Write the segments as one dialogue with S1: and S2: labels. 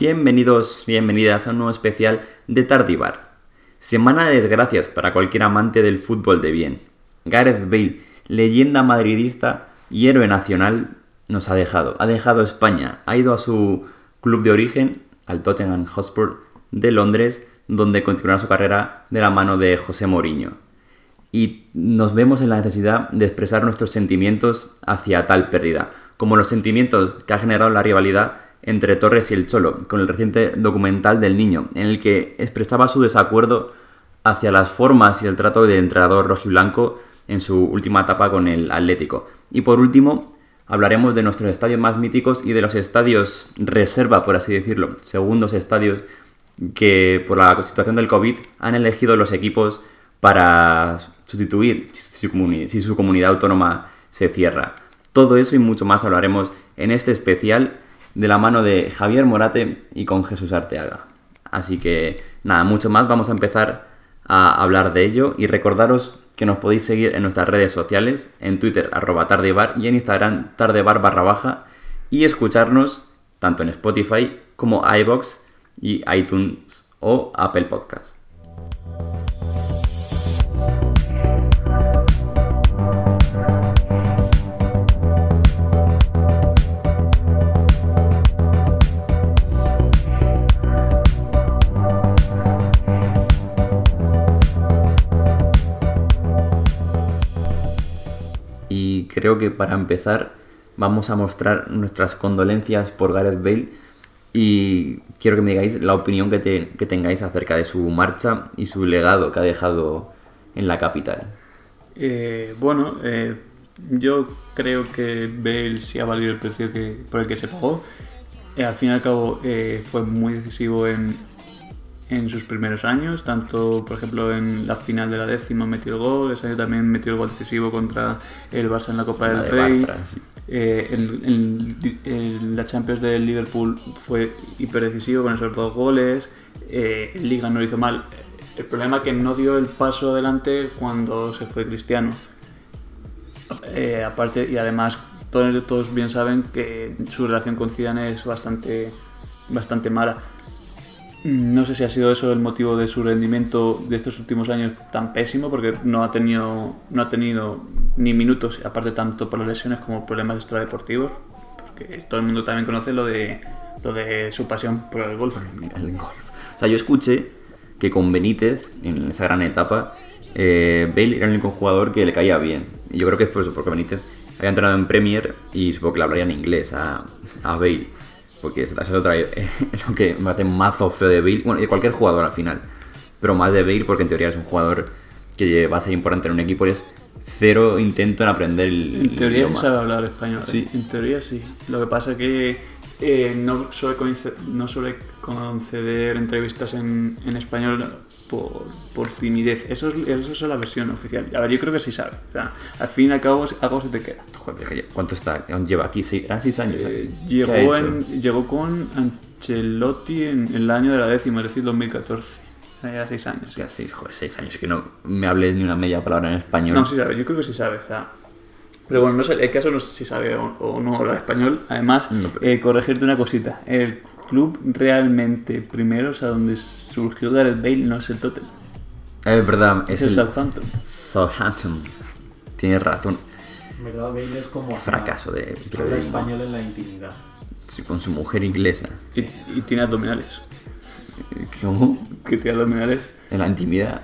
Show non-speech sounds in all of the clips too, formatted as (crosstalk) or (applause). S1: Bienvenidos, bienvenidas a un nuevo especial de Tardivar. Semana de desgracias para cualquier amante del fútbol de bien. Gareth Bale, leyenda madridista y héroe nacional, nos ha dejado. Ha dejado España, ha ido a su club de origen, al Tottenham Hotspur de Londres, donde continuará su carrera de la mano de José Mourinho. Y nos vemos en la necesidad de expresar nuestros sentimientos hacia tal pérdida, como los sentimientos que ha generado la rivalidad entre Torres y el Cholo, con el reciente documental del niño, en el que expresaba su desacuerdo hacia las formas y el trato del entrenador rojiblanco en su última etapa con el Atlético. Y por último, hablaremos de nuestros estadios más míticos y de los estadios reserva, por así decirlo, segundos estadios que por la situación del COVID han elegido los equipos para sustituir si su, si su comunidad autónoma se cierra. Todo eso y mucho más hablaremos en este especial de la mano de Javier Morate y con Jesús Arteaga. Así que nada, mucho más, vamos a empezar a hablar de ello y recordaros que nos podéis seguir en nuestras redes sociales, en Twitter arroba tardebar y en Instagram tardebar barra baja y escucharnos tanto en Spotify como iBox y iTunes o Apple Podcast. creo que para empezar vamos a mostrar nuestras condolencias por Gareth Bale y quiero que me digáis la opinión que, te, que, tengáis acerca de su marcha y su legado que ha dejado en la capital.
S2: Eh, bueno, eh, yo creo que Bale sí ha valido el precio que, por el que se pagó. Eh, al fin y al cabo eh, fue muy decisivo en, en sus primeros años, tanto por ejemplo en la final de la décima metió el gol, ese año también metió el gol decisivo contra el Barça en la Copa la del de Rey, Bartra, sí. eh, en, en, en, la Champions del Liverpool fue hiper decisivo con esos dos goles, eh, Liga no lo hizo mal, el problema es que no dio el paso adelante cuando se fue Cristiano. Eh, aparte y además todos, todos bien saben que su relación con Zidane es bastante, bastante mala. Mm, No sé si ha sido eso el motivo de su rendimiento de estos últimos años tan pésimo, porque no ha tenido, no ha tenido ni minutos, aparte tanto por las lesiones como problemas extradeportivos, porque todo el mundo también conoce lo de, lo de su pasión por el golf.
S1: El golf. O sea, yo escuché que con Benítez, en esa gran etapa, eh, Bale era el único jugador que le caía bien. Y yo creo que es por eso, porque Benítez había entrenado en Premier y supongo que le hablaría en inglés a, a Bale porque eso es otra, (laughs) eh, lo que me hace mazo feo de Bale, bueno, de cualquier jugador al final, pero más de Bale porque en teoría es un jugador que va a ser importante en un equipo y es cero intento en aprender el
S2: En teoría idioma. sabe hablar español, sí. en teoría sí. Lo que pasa es que eh, no, suele conceder, no suele conceder entrevistas en, en español por, por, timidez. Eso es, eso es la versión oficial. A ver, yo creo que sí sabe. O sea, al fin y al cabo, algo se te queda.
S1: Joder, ¿cuánto está? Lleva aquí seis, seis años.
S2: Eh, llegó, en, llegó con Ancelotti en, en, el año de la décima, es decir, 2014. Ya seis años.
S1: Ya seis, joder, seis años que no me hables ni una media palabra en español.
S2: No, sí sabe, yo creo que sí sabe. O sea, pero bueno, no sé, el caso no sé si sabe o, o no hablar español. Además, no, pero... eh, corregirte una cosita. El club realmente primero, o sea, donde surgió Gareth Bale, no es el Tottenham.
S1: Es verdad,
S2: es, es el, el, Southampton.
S1: Southampton. Tienes razón.
S3: verdad, Bale es como.
S1: fracaso de.
S3: Habla español en la intimidad.
S1: Sí, con su mujer inglesa.
S2: Y, y tiene abdominales.
S1: ¿Cómo?
S2: Que tiene abdominales.
S1: En la intimidad.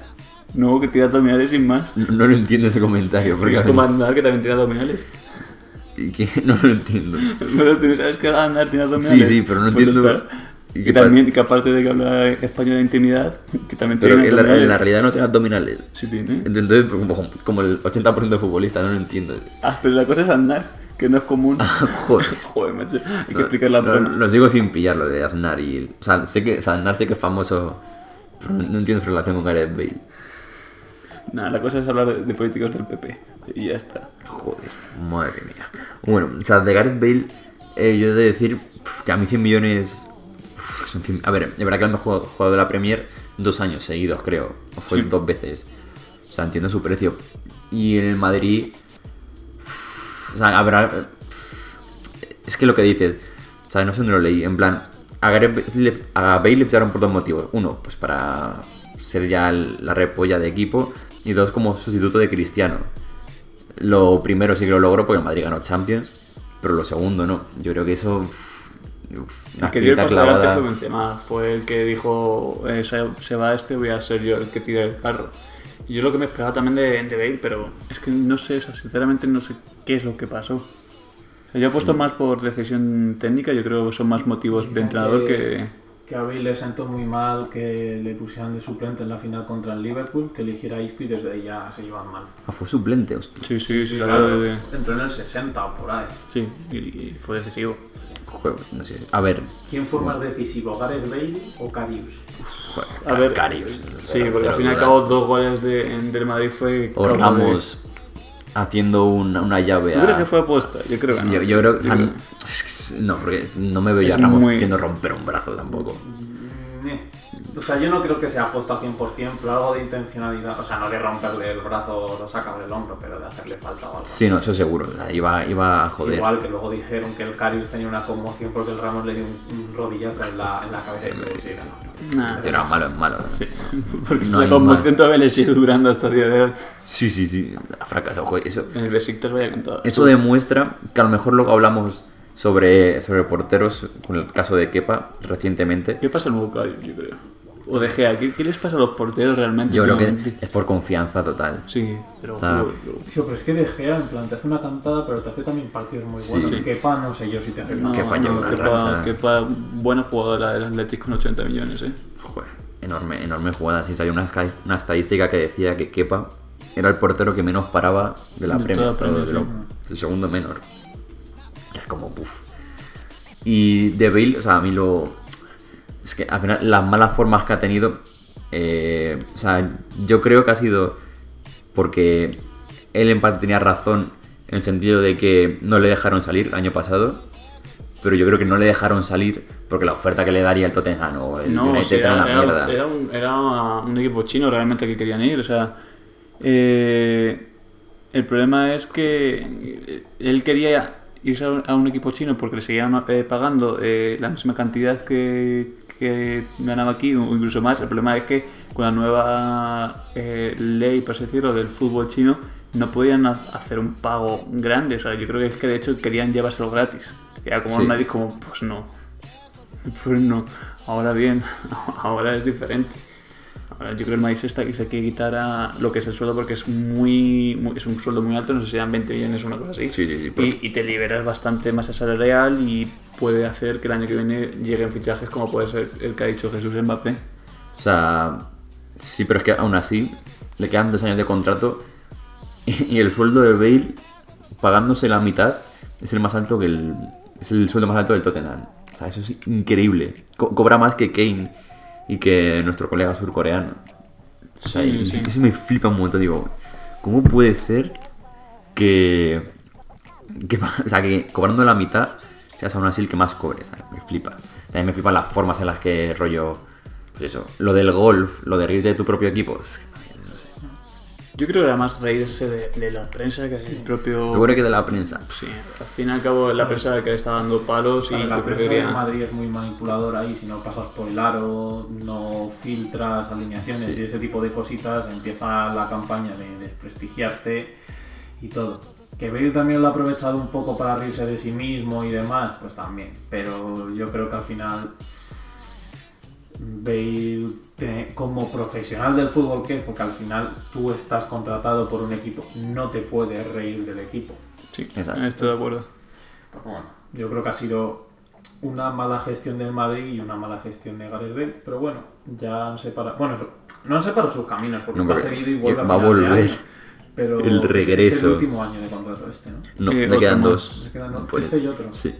S2: No, que tira abdominales sin más.
S1: No, no, lo entiendo ese comentario. Porque
S2: es como andar que también tira abdominales.
S1: (laughs) ¿Y qué? No lo entiendo.
S2: (laughs) Pero tú sabes que andar tiene abdominales.
S1: Sí, sí, pero no pues entiendo. Está,
S2: ¿Y que también, que aparte de que habla español en intimidad, que también
S1: pero tiene. Pero en la realidad no tiene abdominales.
S2: Sí, tiene.
S1: Entonces, como, como el 80% de futbolistas, no lo entiendo. (laughs)
S2: Ah, pero la cosa es andar, que no es común.
S1: Ah, joder.
S2: (laughs) joder, macho. Hay no, que explicar la
S1: no,
S2: pena.
S1: Lo sigo sin pillar lo de Aznar y. O sea, sé que, o sea, Aznar sé que es famoso, pero no, no entiendo su relación con Gareth Bale.
S2: Nada, la cosa es hablar de, de, políticos del PP. Y ya está.
S1: Joder, madre mía. Bueno, o sea, de Gareth Bale, eh, yo he de decir pf, que a mí 100 millones. Pf, son 100, a ver, de verdad que han jugado, jugado de la Premier dos años seguidos, creo. O fue sí. dos veces. O sea, entiendo su precio. Y en el Madrid. Pf, o sea, habrá. Es que lo que dices. O sea, no sé dónde lo leí. En plan, a, Gareth Bale, a Bale le ficharon por dos motivos. Uno, pues para ser ya el- la repolla de equipo. Y dos, como sustituto de Cristiano. Lo primero sí que lo logró porque el Madrid ganó Champions. Pero lo segundo no. Yo creo que eso... uf, uf, una
S2: El que dio el
S1: espinita
S2: paso adelante
S1: clavada.
S2: fue Benzema, fue el que dijo, eh, se, se va este, voy a ser yo el que tire el carro. Y yo lo que me esperaba también de, de Bale, pero es que no sé, o sea, sinceramente no sé qué es lo que pasó. O sea, yo he puesto más por decisión técnica, yo creo que son más motivos de
S3: Dicen
S2: entrenador
S3: que-
S2: que...
S3: Que a Bale le sentó muy mal que le pusieran de suplente en la final contra el Liverpool, que eligiera a Isco y desde ahí ya se llevan mal.
S1: Ah, fue suplente, hostia.
S2: Sí, sí, sí,
S3: Claro,
S2: salió de-
S3: entró en el 60 o por ahí.
S2: sí, y, y fue decisivo.
S1: Joder, no sé. A ver.
S3: ¿Quién fue más decisivo, Gareth Bale o Karius?
S1: joder,
S2: A ver,
S1: Karius,
S2: Sí,
S1: cero,
S2: porque al
S1: cero
S2: fin y al
S1: duda.
S2: cabo dos goles de, en- del Madrid fue...
S1: O
S2: causa de-
S1: Ramos haciendo una, una llave
S2: ¿Tú
S1: a-
S2: crees que fue apuesta? Yo creo que no.
S1: Yo, yo creo que.
S2: Yo creo-
S1: No, porque no me veo yo a
S2: Es
S1: Ramos
S2: muy-
S1: queriendo romper un brazo tampoco.
S3: Mm, eh. O sea, yo no creo que sea aposta 100%, pero algo de intencionalidad. O sea, no de romperle el brazo o lo saca del hombro, pero de hacerle falta o algo.
S1: Sí, no, eso seguro. o sea, iba, iba a joder.
S3: Igual que luego dijeron que el Karius tenía una conmoción porque el Ramos le dio un, un rodillazo en la, en la cabeza.
S1: Sí,
S3: y
S1: me-
S3: sí, no.
S2: Nah.
S1: Tío, Era malo, es malo.
S2: Sí, (laughs) porque
S1: No
S2: la
S1: hay
S2: conmoción todavía le sigue durando hasta el día de hoy.
S1: Sí, sí, sí. Ha fracasado. joder, eso,
S2: En el Besiktas vaya con todo.
S1: eso demuestra que a lo mejor luego hablamos sobre, sobre porteros, con el caso de Kepa recientemente.
S2: ¿Qué pasa al nuevo Karius, yo creo? O de Gea, ¿qué, qué les pasa a los porteros realmente?
S1: Yo creo que
S2: últimamente?
S1: es por confianza total.
S2: Sí, pero...
S1: O sea,
S3: Tío, pero es que De Gea, en plan, te hace una cantada, pero te hace también partidos muy
S1: Sí.
S3: buenos.
S1: Sí.
S3: Que pa, no sé yo si te hace
S1: que
S2: Kepa
S1: Kepa lleva una racha.
S2: Kepa, buena jugadora del Atlético con 80 millones, ¿eh?
S1: Joder, enorme, enorme jugada. Sí, salió una, esca- una estadística que decía que Kepa era el portero que menos paraba de la
S2: De
S1: Premier,
S2: toda
S1: pero
S2: Premier,
S1: de lo- del segundo menor. Ya es como puff. Y de Bale, o sea, a mí lo. Es que al final, las malas formas que ha tenido. eh, o sea, yo creo que ha sido porque él en parte tenía razón en el sentido de que no le dejaron salir el año pasado. Pero yo creo que no le dejaron salir porque la oferta que le daría el Tottenham o el
S2: No, o
S1: United
S2: sea,
S1: era una
S2: era,
S1: mierda.
S2: era un, era un equipo chino realmente que querían ir. O sea, eh, el problema es que él quería irse a un, a un equipo chino porque le seguían eh, pagando eh, la misma cantidad que, que ganaba aquí, o incluso más. El problema es que con la nueva eh, ley, por así decirlo, del fútbol chino, no podían ha- hacer un pago grande. O sea, yo creo que es que de hecho querían llevárselo gratis. Era como
S1: Sí.
S2: el Madrid, como, pues no. Pues no, ahora bien, (laughs) ahora es diferente. Ahora yo creo que el maíz está que se quiere quitar a lo que es el sueldo porque es muy, muy- es un sueldo muy alto, no sé si eran 20 millones o una cosa así.
S1: Sí, sí, sí,
S2: Y-
S1: porque-
S2: Y, te liberas bastante masa salarial y puede hacer que el año que viene lleguen fichajes como puede ser el que ha dicho Jesús Mbappé.
S1: O sea, sí, pero es que aún así le quedan dos años de contrato y el sueldo de Bale, pagándose la mitad, es el más alto que el. Es el sueldo más alto del Tottenham. O sea, eso es increíble. Co- cobra más que Kane y que nuestro colega surcoreano. O sea,
S2: Sí,
S1: y-
S2: sí.
S1: eso me flipa un montón. Digo, ¿cómo puede ser que. que (laughs) pa- o sea, que cobrando la mitad seas aún así el que más cobre? O sea, me flipa. También me flipan las formas en las que rollo. Pues eso, lo del golf, lo de reírte de tu propio equipo. es que, no sé.
S2: Yo creo que era más reírse de, de la prensa que del propio...
S1: Yo creo que de la prensa.
S2: Sí, al fin y al cabo la prensa la que le está dando palos y
S3: Sí, la
S2: yo creo que
S3: prensa de
S2: quería-
S3: Madrid es muy manipuladora y si no pasas por el aro, no filtras alineaciones
S1: Sí.
S3: y ese tipo de cositas, empieza la campaña de desprestigiarte y todo. Que Bale también lo ha aprovechado un poco para reírse de sí mismo y demás, pues también. Pero yo creo que al final Bale, te- como profesional del fútbol que es, porque al final tú estás contratado por un equipo, no te puedes reír del equipo.
S2: Sí,
S1: Exacto.
S2: estoy de acuerdo.
S3: Bueno, yo creo que ha sido una mala gestión del Madrid y una mala gestión de Gareth Bale, pero bueno, ya han separado. Bueno, no han separado sus caminos porque
S1: No,
S3: está
S1: porque
S3: cedido y vuelve
S1: va a
S3: final de
S1: volver.
S3: año, pero
S1: El
S3: es- Es
S1: regreso.
S3: el último año de contrato este, ¿no?
S1: No,
S2: Eh,
S1: le
S2: otro
S1: quedan
S2: más.
S1: dos.
S3: Le quedan dos.
S1: Pues,
S3: Este y otro.
S1: Sí.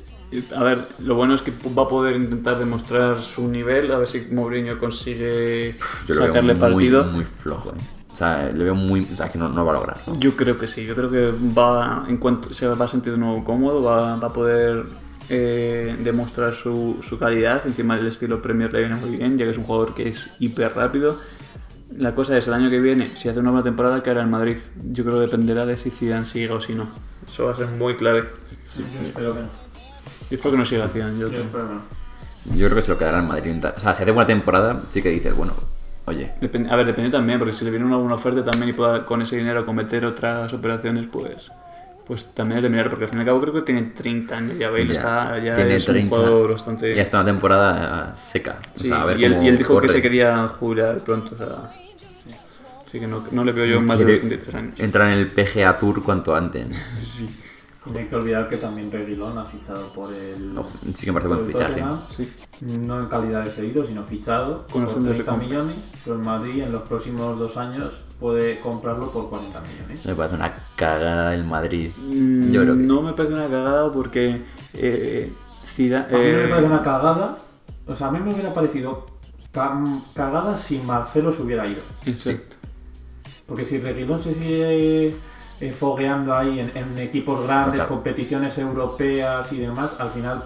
S2: A ver, lo bueno es que va a poder intentar demostrar su nivel, a ver si Mourinho consigue
S1: Yo lo
S2: sacarle
S1: veo muy,
S2: partido.
S1: muy flojo, eh. O sea, le veo muy. O sea, que no, no va a lograr. ¿no?
S2: Yo creo que sí, yo creo que va, en cuanto se va a sentir de nuevo cómodo, va, va a poder eh, demostrar su, su calidad. Encima el estilo Premier le viene muy bien, ya que es un jugador que es hiper rápido. La cosa es, el año que viene, si hace una buena temporada, que hará el Madrid? Yo creo que dependerá de si Zidane sigue o si no. Eso va a ser muy clave.
S3: yo espero que no.
S2: Yo espero que no siga Zidane, yo
S3: Yo
S2: creo.
S3: espero que no.
S1: Yo creo que se lo quedará en Madrid. O sea, si hace buena temporada, sí que dices, bueno, oye.
S2: Depende- a ver, depende también, porque si le viene una buena oferta también y pueda con ese dinero cometer otras operaciones, pues pues también es de mirar, porque al fin y al cabo creo que tiene 30 años ya, Bale
S1: ya,
S2: está, ya
S1: tiene
S2: es
S1: 30.
S2: un jugador bastante...
S1: Ya está una temporada eh, seca. O
S2: Sí,
S1: sea, a ver
S2: y, él,
S1: cómo
S2: y él dijo
S1: corre.
S2: que se quería jubilar pronto, o sea... Así que no, no le veo yo más de
S1: Quiere
S2: los 33 años.
S1: Entrar en el PGA Tour cuanto antes.
S2: Sí,
S3: No hay que olvidar que también Reguilón ha fichado por el.
S1: Ojo, sí que me parece buen
S3: por el
S1: fichaje.
S3: Tottenham,
S2: sí.
S3: No en calidad de cedido, sino fichado
S2: Con
S3: por
S2: opción de
S3: 30
S2: recompra.
S3: millones. Pero el Madrid en los próximos dos años puede comprarlo por 40 millones.
S1: Eso me parece una cagada del Madrid.
S2: Mm,
S1: Yo creo que sí.
S2: No me parece una cagada porque... Eh, Zidane-
S3: A mí me
S2: eh,
S3: parece una cagada. O sea, a mí me hubiera parecido ca- cagada si Marcelo se hubiera ido.
S2: Exacto.
S3: Porque si Reguilón se sigue eh, fogueando ahí en, en equipos grandes,
S1: Claro.
S3: competiciones europeas y demás, al final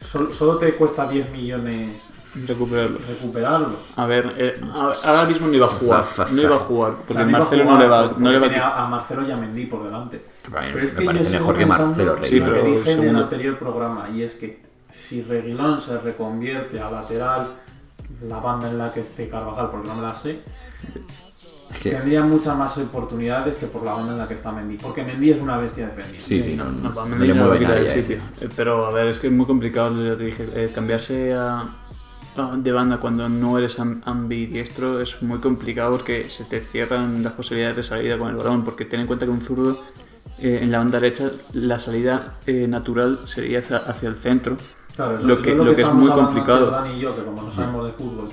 S3: sol- solo te cuesta 10 millones
S2: Recuperarlo.
S3: recuperarlo.
S2: A ver, eh, a- ahora mismo no iba a jugar.
S1: Fa, fa,
S2: No iba a
S1: fa.
S2: jugar,
S3: O
S2: porque
S3: sea, no iba a
S2: Marcelo
S3: jugar
S2: no le va,
S3: porque
S2: no le va a
S3: tiene a, a Marcelo y a Mendy por delante.
S1: Pero a mí
S3: Pero es
S1: me
S3: que
S1: parece
S3: yo sigo
S1: mejor que
S3: pensando
S1: Marcelo
S3: lo
S2: Sí,
S1: Reguilón.
S2: pero
S3: que dije en el
S2: segundo.
S3: anterior programa, y es que si Reguilón se reconvierte a lateral, la banda en la que esté Carvajal, porque no me la sé,
S1: Es que-
S3: tendría muchas más oportunidades que por la banda en la que está Mendy. Porque Mendy es una bestia defendiendo.
S1: sí, sí, no, no-
S2: va a
S1: no
S2: Mendy
S1: le
S2: no va a
S1: mueve
S2: quitar el
S1: nadie.
S2: sitio. Eh, Pero a ver, es que es muy complicado, ya te dije, eh, cambiarse a, a- de banda cuando no eres am- ambidiestro es muy complicado porque se te cierran las posibilidades de salida con el balón, porque ten en cuenta que un zurdo eh, en la banda derecha la salida eh, natural sería hacia, hacia el centro.
S3: Claro, eso-
S2: Lo
S3: eso
S2: que-
S3: es
S2: lo que es
S3: estábamos
S2: muy
S3: hablando antes,
S2: complicado.
S3: Dani y yo, que como no sabemos de fútbol.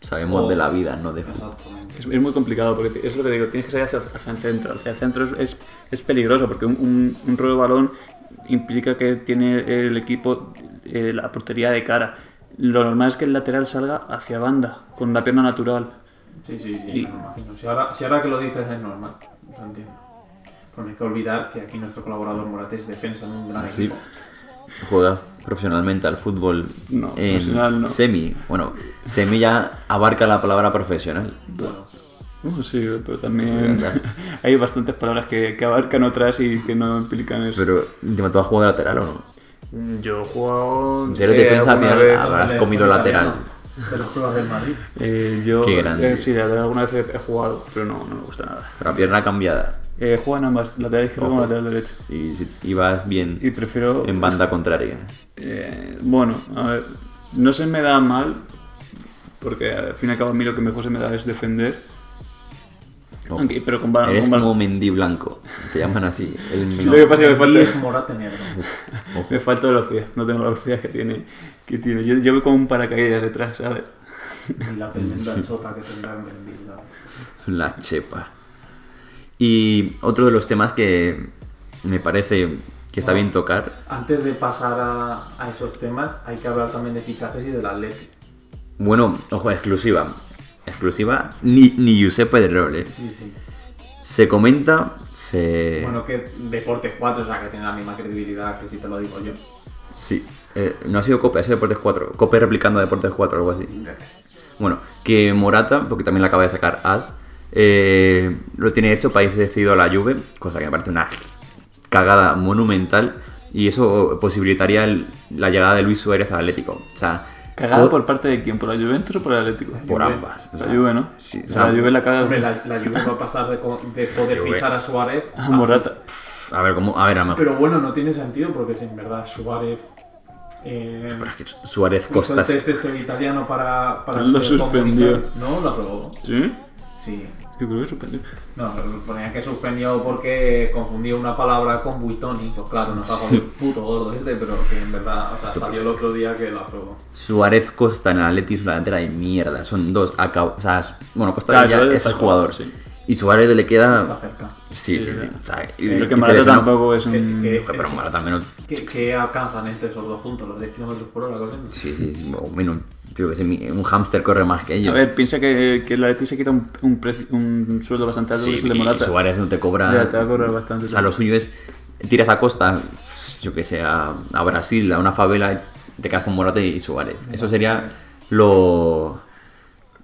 S1: Sabemos
S3: Oh.
S1: de la vida, no de
S3: Exactamente.
S2: Es, es muy complicado porque te- es lo que digo, tienes que salir hacia, hacia el centro. Hacia el centro es, es, es peligroso porque un, un, un robo de balón implica que tiene el equipo eh, la portería de cara. Lo normal es que el lateral salga hacia banda, con la pierna natural.
S3: Sí, sí, sí,
S2: Y-
S3: me lo imagino. Si ahora, si ahora que lo dices es normal, lo entiendo. Pero no hay que olvidar que aquí nuestro colaborador Morate es defensa en un gran
S1: Sí.
S3: equipo.
S1: Juega profesionalmente al fútbol
S2: No,
S1: en
S2: profesional no.
S1: semi. Bueno, semi ya abarca la palabra profesional.
S3: Bueno,
S2: No, Uh, sí, pero también
S1: Sí, claro.
S2: (laughs) hay bastantes palabras que, que abarcan otras y que no implican eso.
S1: Pero, ¿te tú has jugado lateral o no?
S2: Yo he jugado. eh,
S1: Si eres defensa,
S2: alguna
S1: mira,
S2: vez-
S1: a ver. Habrás
S3: de-
S1: comido
S3: de
S1: lateral.
S3: italiano, De los clubes
S1: (laughs)
S3: del Madrid.
S2: Eh, yo.
S1: Qué grande.
S2: eh, sí, lateral alguna vez he he jugado, pero no, no me gusta nada.
S1: Pero a pierna cambiada.
S2: Eh, juegan ambas, lateral izquierdo
S1: Ojo.
S2: como lateral derecho.
S1: Y, si- y vas bien
S2: Y prefiero.
S1: en banda contraria.
S2: Eh, bueno, a ver, no se me da mal, porque al fin y al cabo a mí lo que mejor se me da es defender.
S1: Ojo.
S2: Aunque- pero con balón.
S1: Eres
S2: con balón.
S1: como Mendy Blanco. Te llaman así. El Mendy.
S2: Sí, lo que pasa es que me
S3: Mendy es
S2: falta,
S3: Morate negro.
S1: Ojo.
S2: me falta velocidad, no tengo la velocidad que tiene. Que tiene. Yo, yo voy como un paracaídas detrás, ¿sabes?
S3: Y la tremenda chota que tendrá en Mendy. ¿no?
S1: La chepa. Y otro de los temas que me parece que está bien tocar.
S3: Antes de pasar a, a esos temas, hay que hablar también de fichajes y del Atleti.
S1: Bueno, ojo, exclusiva. Exclusiva, ni, ni Giuseppe de Roble.
S3: Sí, sí.
S1: Se comenta, se.
S3: Eh, Bueno, que Deportes 4, o sea, que tiene la misma credibilidad que si te lo digo yo.
S1: Sí, eh, no ha sido Cope, ha sido Deportes 4. Cope replicando a Deportes 4, algo así. Bueno, que Morata, porque también la acaba de sacar As, eh, lo tiene hecho para irse decidido a la Juve, cosa que me parece una cagada monumental. Y eso posibilitaría el- la llegada de Luis Suárez al Atlético. O sea,
S2: ¿Cagada
S1: co-
S2: por parte de quién? ¿Por la Juventus o por el Atlético?
S1: Por
S2: Juve.
S1: ambas, o
S2: La
S1: sea,
S2: Juve, ¿no?
S1: sí, o
S2: O
S1: sea,
S2: sea, la Juve la caga
S3: Hombre, la, la Juve va a pasar de, co- de poder
S1: Juve.
S3: fichar a Suárez
S2: a Morata.
S1: A ver, como, a ver, a lo mejor.
S3: Pero bueno, no tiene sentido porque si en verdad Suárez eh,
S1: Pero es que Suárez
S3: hizo el
S1: Costas.
S3: test este italiano para, para
S2: Lo
S3: ser
S2: suspendió.
S3: comunicado. No, lo aprobó.
S2: ¿Sí?
S3: Sí.
S2: Yo creo que sorprendió.
S3: No, ponía que suspendió porque confundía una palabra con Buitoni. Pues claro, no está con el puto gordo este, pero que en verdad, o sea, salió el otro día que lo aprobó.
S1: Suárez Costa en el Atleti es una delantera de mierda. Son dos. acab- O sea, es- bueno, Costa
S2: Claro,
S1: ya
S2: Suárez
S1: es
S2: está
S1: jugador.
S2: jugado, sí.
S1: Y Suárez le
S3: Está
S1: queda.
S3: cerca.
S1: Sí, sí,
S2: Sí,
S1: sí.
S2: sí.
S1: O sea, y-
S2: Lo que
S1: y se
S2: Morata
S1: lesionó.
S2: tampoco es
S3: Que-
S2: un.
S3: que-
S1: Joder, Pero Morata menos.
S3: ¿Qué, qué alcanzan entre esos dos juntos? ¿Los 10 kilómetros por hora? corriendo?
S1: Sí, sí, sí, o menos. Tío, que si mi- un hámster corre más que
S2: A
S1: ellos.
S2: ver, piensa que, que el Atlético se quita un, un, preci- un sueldo bastante alto
S1: Sí,
S2: que es el de
S1: y- y
S2: Morata.
S1: Suárez no te cobra.
S2: Ya, te va a cobrar bastante.
S1: O sea, lo suyo es. Tiras a Costa, yo que sé, a, a Brasil, a una favela, y te quedas con Morata y Suárez. Eso sería lo.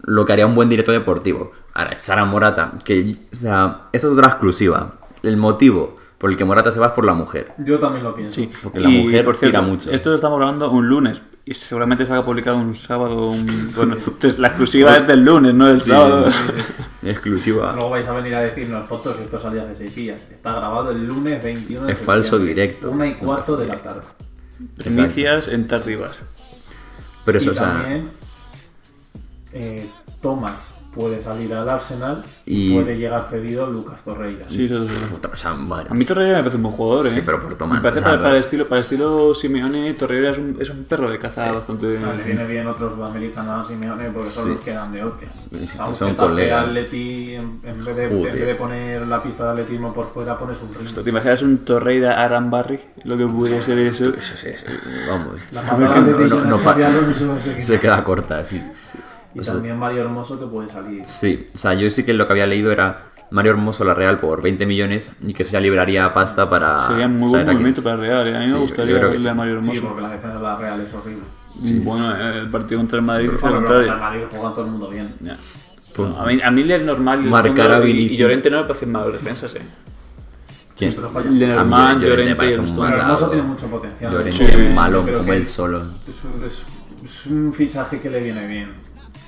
S1: Lo que haría un buen director deportivo. Ahora, echar a Morata, que. O sea, eso es otra exclusiva. El motivo por el que Morata se va es por la mujer.
S3: Yo también lo pienso.
S2: Sí,
S1: Porque la mujer tira mucho.
S2: Esto lo estamos grabando un lunes. y seguramente se haga publicado un sábado. Un, bueno, entonces la exclusiva es del lunes, no del sábado. (laughs)
S1: Exclusiva.
S3: Luego vais a venir a decirnos fotos que esto salía hace seis días. Está grabado el lunes 21 de
S1: Es falso
S3: septiembre,
S1: directo.
S3: Una y
S1: Nunca
S3: cuarto
S1: fue
S3: de la
S1: directo.
S3: tarde.
S2: (laughs) Primicias en Tarribas.
S1: Pero eso,
S3: y
S1: o sea,
S3: también eh, Thomas puede salir al Arsenal
S1: Y-
S3: y puede llegar cedido Lucas Torreira.
S2: Sí, eso es verdad.
S1: puta, o sea, madre
S2: A mí Torreira me parece un buen jugador, ¿eh?
S1: Sí, pero por tomar,
S2: Me parece
S1: o sea,
S2: para, para el estilo, para el estilo Simeone, Torreira es un, es un perro de caza bastante.
S3: No, le viene bien otros sudamericanos a Simeone porque
S1: Sí.
S3: son los que dan de hostia.
S1: Sí,
S3: O sea, un
S1: son
S3: Getafe
S1: colegas.
S3: Atleti, en, en vez de, en
S1: Joder.
S3: vez de poner la pista de atletismo por fuera, pones un
S2: Esto,
S3: ritmo.
S2: ¿Te imaginas un Torreira Arambarri? Lo que pudiera ser eso.
S1: Eso sí, sí, vamos.
S3: La
S1: (laughs) A ver,
S3: patada de
S1: no, no,
S3: Dylan
S1: no,
S3: Xabi
S1: pa-
S3: Alonso, no sé qué.
S1: se queda corta, sí.
S3: Y
S1: o sea-
S3: también Mario Hermoso que puede salir.
S1: Sí, o sea, yo sí que lo que había leído era Mario Hermoso la Real por 20 millones y que eso ya libraría pasta para.
S2: Sería muy buen
S1: traer a quien-
S2: movimiento para Real. ¿eh? A mí
S1: Sí,
S2: me
S1: yo
S2: gustaría
S1: creo que
S2: verle
S1: sí.
S2: a Mario Hermoso.
S3: Sí, porque la defensa de la Real es horrible.
S2: Bueno, el partido contra el Madrid es
S3: Bueno,
S2: lo
S3: pero contra el
S2: contrario.
S3: Madrid juega todo el mundo bien.
S2: Ya.
S1: Pues-
S2: A mí, a mí Normal
S1: Marcar a Vinicius.
S2: y Llorente no me parecen malos defensas, eh.
S1: ¿Quién?
S3: Pero falla.
S1: A
S2: Lenormand,
S1: mí Llorente me
S2: Llorente y
S1: parece un
S2: Armstrong.
S3: Pero
S1: Matado.
S3: Hermoso tiene mucho potencial.
S1: Llorente
S2: Sí,
S1: es
S2: yo
S1: malo
S3: creo
S1: como
S3: que-
S1: él solo.
S3: Es un, es- es un fichaje que le viene bien.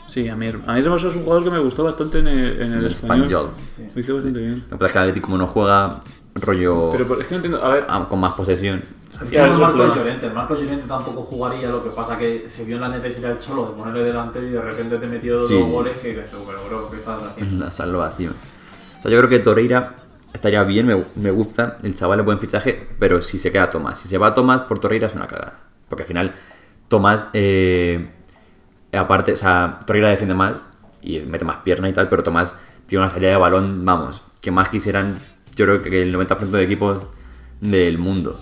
S2: Sí, a mí, a mí Hermoso es un jugador que me gustó bastante en el, en el
S1: El
S2: español.
S1: español.
S3: Sí.
S2: Lo hizo bastante bien.
S1: La verdad es que el Atleti como no juega rollo
S2: Pero por- es que no entiendo. A ver,
S1: ah, con más posesión. o sea,
S2: Claro,
S3: El tema de
S2: eso es
S3: Marcos
S2: problema.
S3: Llorente. Marcos Llorente tampoco jugaría, lo que pasa que se vio en la necesidad del Cholo de ponerle delantero y de repente te metió
S1: Sí.
S3: dos goles que dices, tú, pero bro, ¿qué estás haciendo?
S1: la salvación. O sea, yo creo que Torreira estaría bien, me, me gusta, el chaval es buen fichaje, pero si se queda Tomás. Si se va Tomás por Torreira es una cagada. Porque al final, Tomás, eh, aparte, o sea, Torreira defiende más y mete más pierna y tal, pero Tomás tiene una salida de balón, vamos, que más quisieran, yo creo que el 90% de equipos del mundo.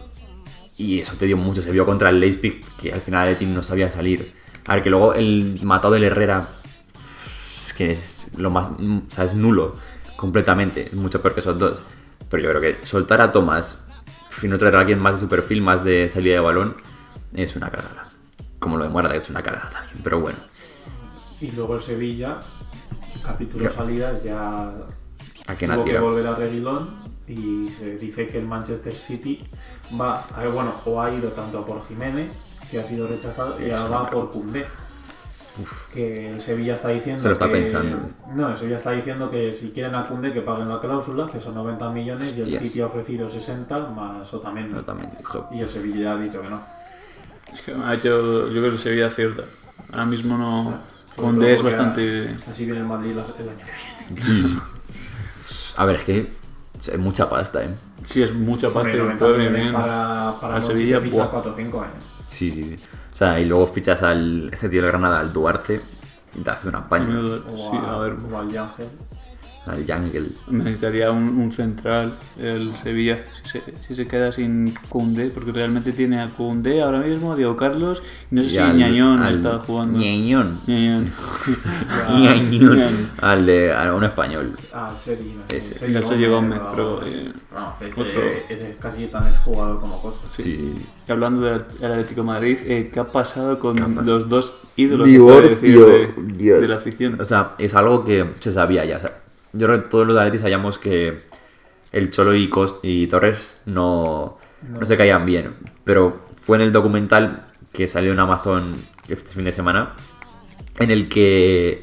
S1: Y eso te dio mucho. Se vio contra el Leipzig, que al final el team no sabía salir. A ver, que luego el matado del Herrera es pues, que es lo más. mm, O sea, es nulo completamente. Es mucho peor que esos dos. Pero yo creo que soltar a Tomás y no traer a alguien más de su perfil, más de salida de balón, es una cagada. Como lo de Morata, que es una cagada también. Pero bueno,
S3: Y luego el Sevilla, capítulo
S1: Claro.
S3: salidas, ya
S1: ¿a quién ha
S3: tuvo que
S1: tirado?
S3: volver a Reguilón y se dice que el Manchester City va, a ver, bueno, o ha ido tanto a por Jiménez, que ha sido rechazado, y
S1: Eso,
S3: ahora va
S1: claro.
S3: por Cundé. Que el Sevilla está diciendo.
S1: Se lo está
S3: que-
S1: pensando.
S3: No, el Sevilla está diciendo que si quieren a Cundé que paguen la cláusula, que son 90 millones, y
S1: Hostias.
S3: el City ha ofrecido 60 más Otamendi.
S1: Yo también, hijo.
S3: Y el Sevilla ya ha dicho que no.
S2: es que ha hecho- yo creo que se veía cierta. Ahora mismo no.
S3: Sobre todo
S2: Conde es
S3: porque
S2: bastante.
S3: Así viene el Madrid las- el año que viene.
S1: Sí. Pues, A ver, es que es mucha pasta, ¿eh?
S2: Sí, es mucha pasta y
S3: Hombre,
S2: le
S3: 90
S2: puede venir
S3: millones
S2: bien.
S3: Para, para
S2: A
S3: Monchi
S2: Sevilla,
S3: que ficha
S2: buah.
S3: 4 o 5 años.
S1: Sí, sí, sí. O sea, y luego fichas al. Este tío del Granada, al Duarte, y te haces un apaño.
S2: Sí,
S3: O
S2: a ver.
S3: o al Yangel.
S1: Al Yangel.
S2: Necesitaría un, un central, el Sevilla, si se, si se queda sin Koundé, porque realmente tiene a Koundé ahora mismo, a Diego Carlos, y no sé
S1: Y
S2: si
S1: al-
S2: Ñañón
S1: al-
S2: está jugando.
S1: Ñañón.
S2: Ñañón.
S1: Ñañón. (laughs) Al de. a un español.
S3: Ah, Sergi. no sé,
S1: Ese.
S3: Sergi
S2: El Sergi Gómez,
S3: o-
S2: pero, eh,
S3: Vamos, que
S2: otro.
S3: ese, ese es casi tan exjugador como Costa.
S1: Sí, sí, sí.
S2: Y hablando del del Atlético de Madrid, eh, ¿qué ha pasado con
S1: ha
S2: los dos ídolos se puede
S1: Divorcio,
S2: decir, de,
S1: Dios.
S2: de la afición?
S1: O sea, es algo que se sabía ya. o sea, yo creo que todos los atletas sabíamos que el Cholo y, Cos- y Torres no, no. se caían bien. Pero fue en el documental que salió en Amazon este fin de semana, en el que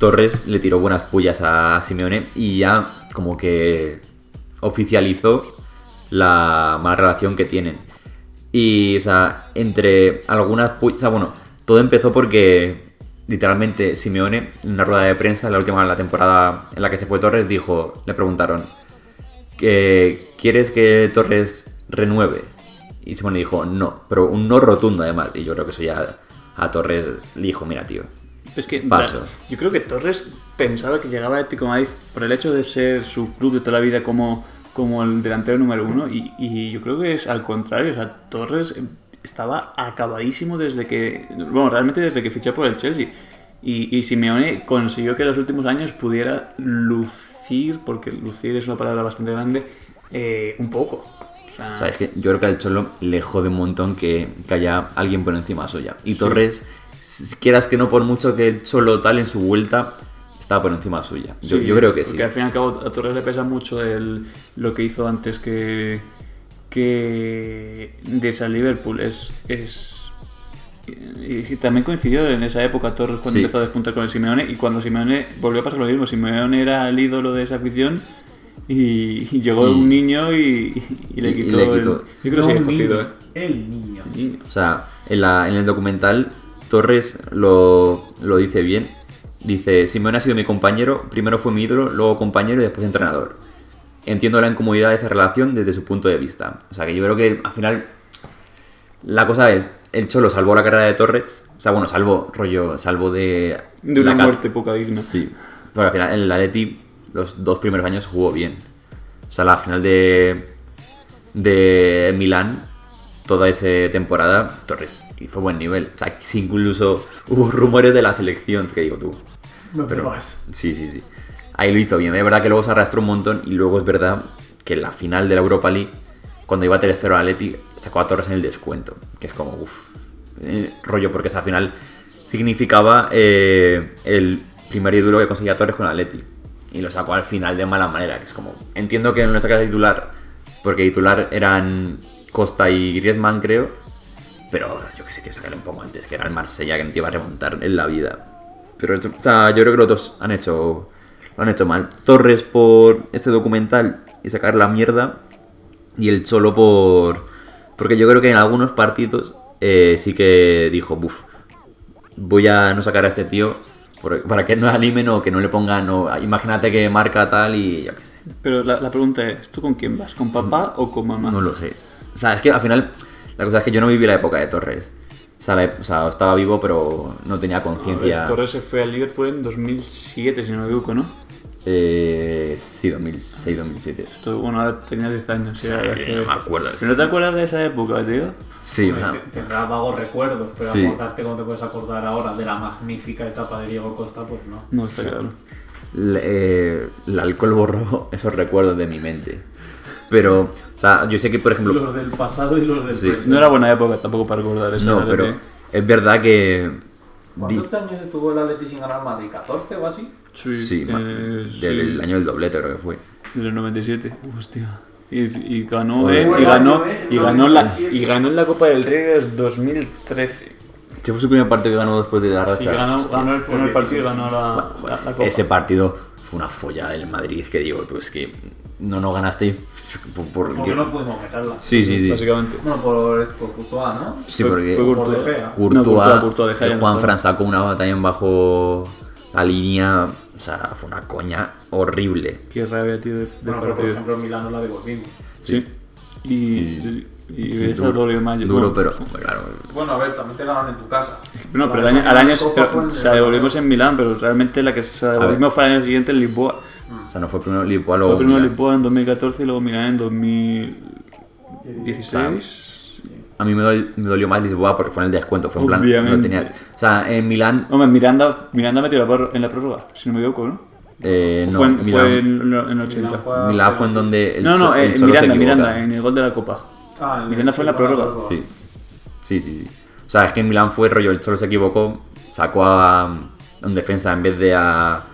S1: Torres le tiró buenas pullas a Simeone y ya como que oficializó la mala relación que tienen. Y, o sea, entre algunas... pu- O sea, bueno, todo empezó porque literalmente Simeone, en una rueda de prensa, en la última de la temporada en la que se fue Torres, dijo, le preguntaron, que ¿quieres que Torres renueve? Y Simeone dijo, no, pero un no rotundo además. Y yo creo que eso ya a Torres le dijo, mira, tío.
S2: Es que
S1: Paso.
S2: la- yo creo que Torres pensaba que llegaba a Atlético de Madrid por el hecho de ser su club de toda la vida como, como el delantero número uno y, y yo creo que es al contrario, o sea, Torres estaba acabadísimo desde que, bueno, realmente desde que fichó por el Chelsea. Y, y Simeone consiguió que en los últimos años pudiera lucir, porque lucir es una palabra bastante grande, eh, un poco. O sea,
S1: O sea, es que yo creo que al Cholo le jode un montón que, que haya alguien por encima suya. Y Torres, si quieras que no, por mucho que el Cholo tal en su vuelta, estaba por encima suya. Yo,
S2: Sí,
S1: yo creo que sí.
S2: Porque al fin y al cabo a Torres le pesa mucho el, lo que hizo antes que, que de irse al Liverpool. Es, es Y, y también coincidió en esa época Torres cuando
S1: Sí.
S2: empezó a despuntar con el Simeone y cuando Simeone volvió a pasar lo mismo. Simeone era el ídolo de esa afición y, y llegó
S1: Y-
S2: un niño y, y
S1: y-
S2: le
S1: y
S2: quitó.
S1: le
S2: el-
S1: quitó.
S2: yo creo que sí,
S3: No,
S2: es
S3: un
S2: conocido,
S3: niño. El niño.
S2: ¿eh? Niño.
S1: O sea, en, la- en el documental Torres lo, lo dice bien. Dice, Simeone ha sido mi compañero, primero fue mi ídolo, luego compañero y después entrenador. Entiendo la incomodidad de esa relación desde su punto de vista. O sea, que yo creo que al final la cosa es, el Cholo salvó la carrera de Torres. O sea, bueno, salvo rollo, salvo de...
S2: De una
S1: la ca-
S2: muerte poca digna.
S1: Sí. Pero al final, en el Atleti, los dos primeros años jugó bien. O sea, la final de, de Milán, toda esa temporada, Torres hizo buen nivel. O sea, que incluso hubo rumores de la selección, que digo tú.
S3: No te
S1: Pero,
S3: vas.
S1: sí, sí, sí. Ahí lo hizo bien. Es verdad que luego se arrastró un montón y luego es verdad que en la final de la Europa League, cuando iba tercero al Atleti, sacó a Torres en el descuento. Que es como, uff, rollo, porque esa final significaba eh, el primer título que conseguía Torres con Atleti. Y lo sacó al final de mala manera, que es como, entiendo que en nuestra casa titular, porque titular eran Costa y Griezmann, creo. Pero yo qué sé, tío, sacarle un poco antes, que era el Marsella que no te iba a remontar en la vida. Pero esto- o sea, yo creo que los dos han hecho, lo han hecho mal. Torres por este documental y sacar la mierda. Y el Cholo por... Porque yo creo que en algunos partidos eh, sí que dijo, buf, voy a no sacar a este tío por- para que no animen o que no le pongan... o- imagínate que marca tal y yo qué sé.
S2: Pero la, la pregunta es, ¿tú con quién vas? ¿Con papá o con mamá?
S1: Mm. No lo sé. O sea, es que al final, la cosa es que yo no viví la época de Torres. O sea, la- o sea, estaba vivo, pero no tenía conciencia.
S2: Torres se fue al Liverpool en 2007, si no me equivoco, ¿no?
S1: Eh, sí, 2006, 2007.
S2: Esto, bueno, ahora tenía 10 años.
S1: Sí,
S2: la verdad
S1: no me acuerdo.
S2: ¿Pero no te acuerdas de esa época, tío?
S1: Sí, o sea,
S3: Te- Tendrá vagos recuerdos, pero
S1: Sí.
S3: acordarte como te puedes acordar ahora de la magnífica etapa de Diego Costa, pues no.
S2: No, está claro.
S1: le- eh, el alcohol borró (laughs) esos recuerdos de mi mente. Pero, o sea, yo sé que, por ejemplo,
S3: Los del pasado y los del
S1: Sí.
S3: presente.
S2: No era buena época tampoco para recordar ¿eh? eso.
S1: no,
S2: la
S1: pero
S2: verdad.
S1: es verdad que. di-
S3: ¿Cuántos años estuvo el Atleti sin ganar Madrid? ¿14 o así?
S2: Sí,
S1: sí,
S2: eh,
S1: ma-
S2: sí.
S1: del año del doblete creo que fue.
S2: De los 97. Hostia. Y, y ganó,
S1: Joder.
S2: eh, y ganó, y ganó la, y ganó en la Copa del Rey desde 2013.
S1: Este fue su primer partido que ganó después de la racha.
S2: Sí, ganó,
S1: Hostia.
S2: ganó el primer partido y ganó la,
S1: Joder,
S2: la, la Copa.
S1: Ese partido fue una folla del Madrid que digo, tú es que no nos ganasteis por... por-
S3: Porque no pudimos meterla.
S1: Sí, sí, sí.
S2: Básicamente.
S3: Bueno, por, por Courtois, ¿no?
S1: Sí,
S2: Fue-
S1: porque
S2: fue
S3: Por
S2: Courtois.
S3: De Gea.
S1: Courtois,
S2: No, Courtois, Courtois, De Gea
S1: el
S2: ya no
S1: Juan
S2: está.
S1: Fran sacó una bata también bajo la línea, o sea, fue una coña horrible.
S2: Qué rabia, tío, de, de
S3: Bueno, pero por
S2: partido.
S3: ejemplo, Milán no la devolvimos.
S2: Sí. Y,
S1: Sí.
S2: sí, sí. y esa doble mayo.
S1: Duro, pues.
S2: Bueno,
S1: pero hombre, claro.
S3: Bueno, a ver, también te ganan en tu casa.
S2: No, pero
S3: La
S2: al año, al
S3: final
S2: año
S3: de Copa
S2: pero
S3: fue en-
S2: se la devolvimos en Milán, pero realmente la que se la devolvimos fue al año siguiente en Lisboa.
S1: O sea, no fue primero Lisboa, luego
S2: Fue primero
S1: Milán.
S2: Lisboa en 2014 y luego Milán en 2016.
S1: A mí me dolió, me dolió más Lisboa porque fue en el descuento, fue en plan,
S2: Obviamente.
S1: no tenía- o sea, en Milán,
S2: Hombre, Miranda, Miranda metió la prórroga- en la prórroga, si no me equivoco, ¿no?
S1: eh,
S2: O
S1: no,
S2: fue en,
S1: Milán,
S2: fue en, en 80.
S3: Milán
S1: Milán fue en donde el
S2: no, no,
S1: Cho- el
S2: eh,
S1: Cholo se
S2: Miranda,
S1: equivoca.
S2: Miranda, en el gol de la Copa.
S3: Ah, en-
S2: Miranda fue en la prórroga.
S1: Sí. Sí, sí, sí. O sea, es que en Milán fue rollo, el Cholo se equivocó, sacó a, a un defensa en vez de a,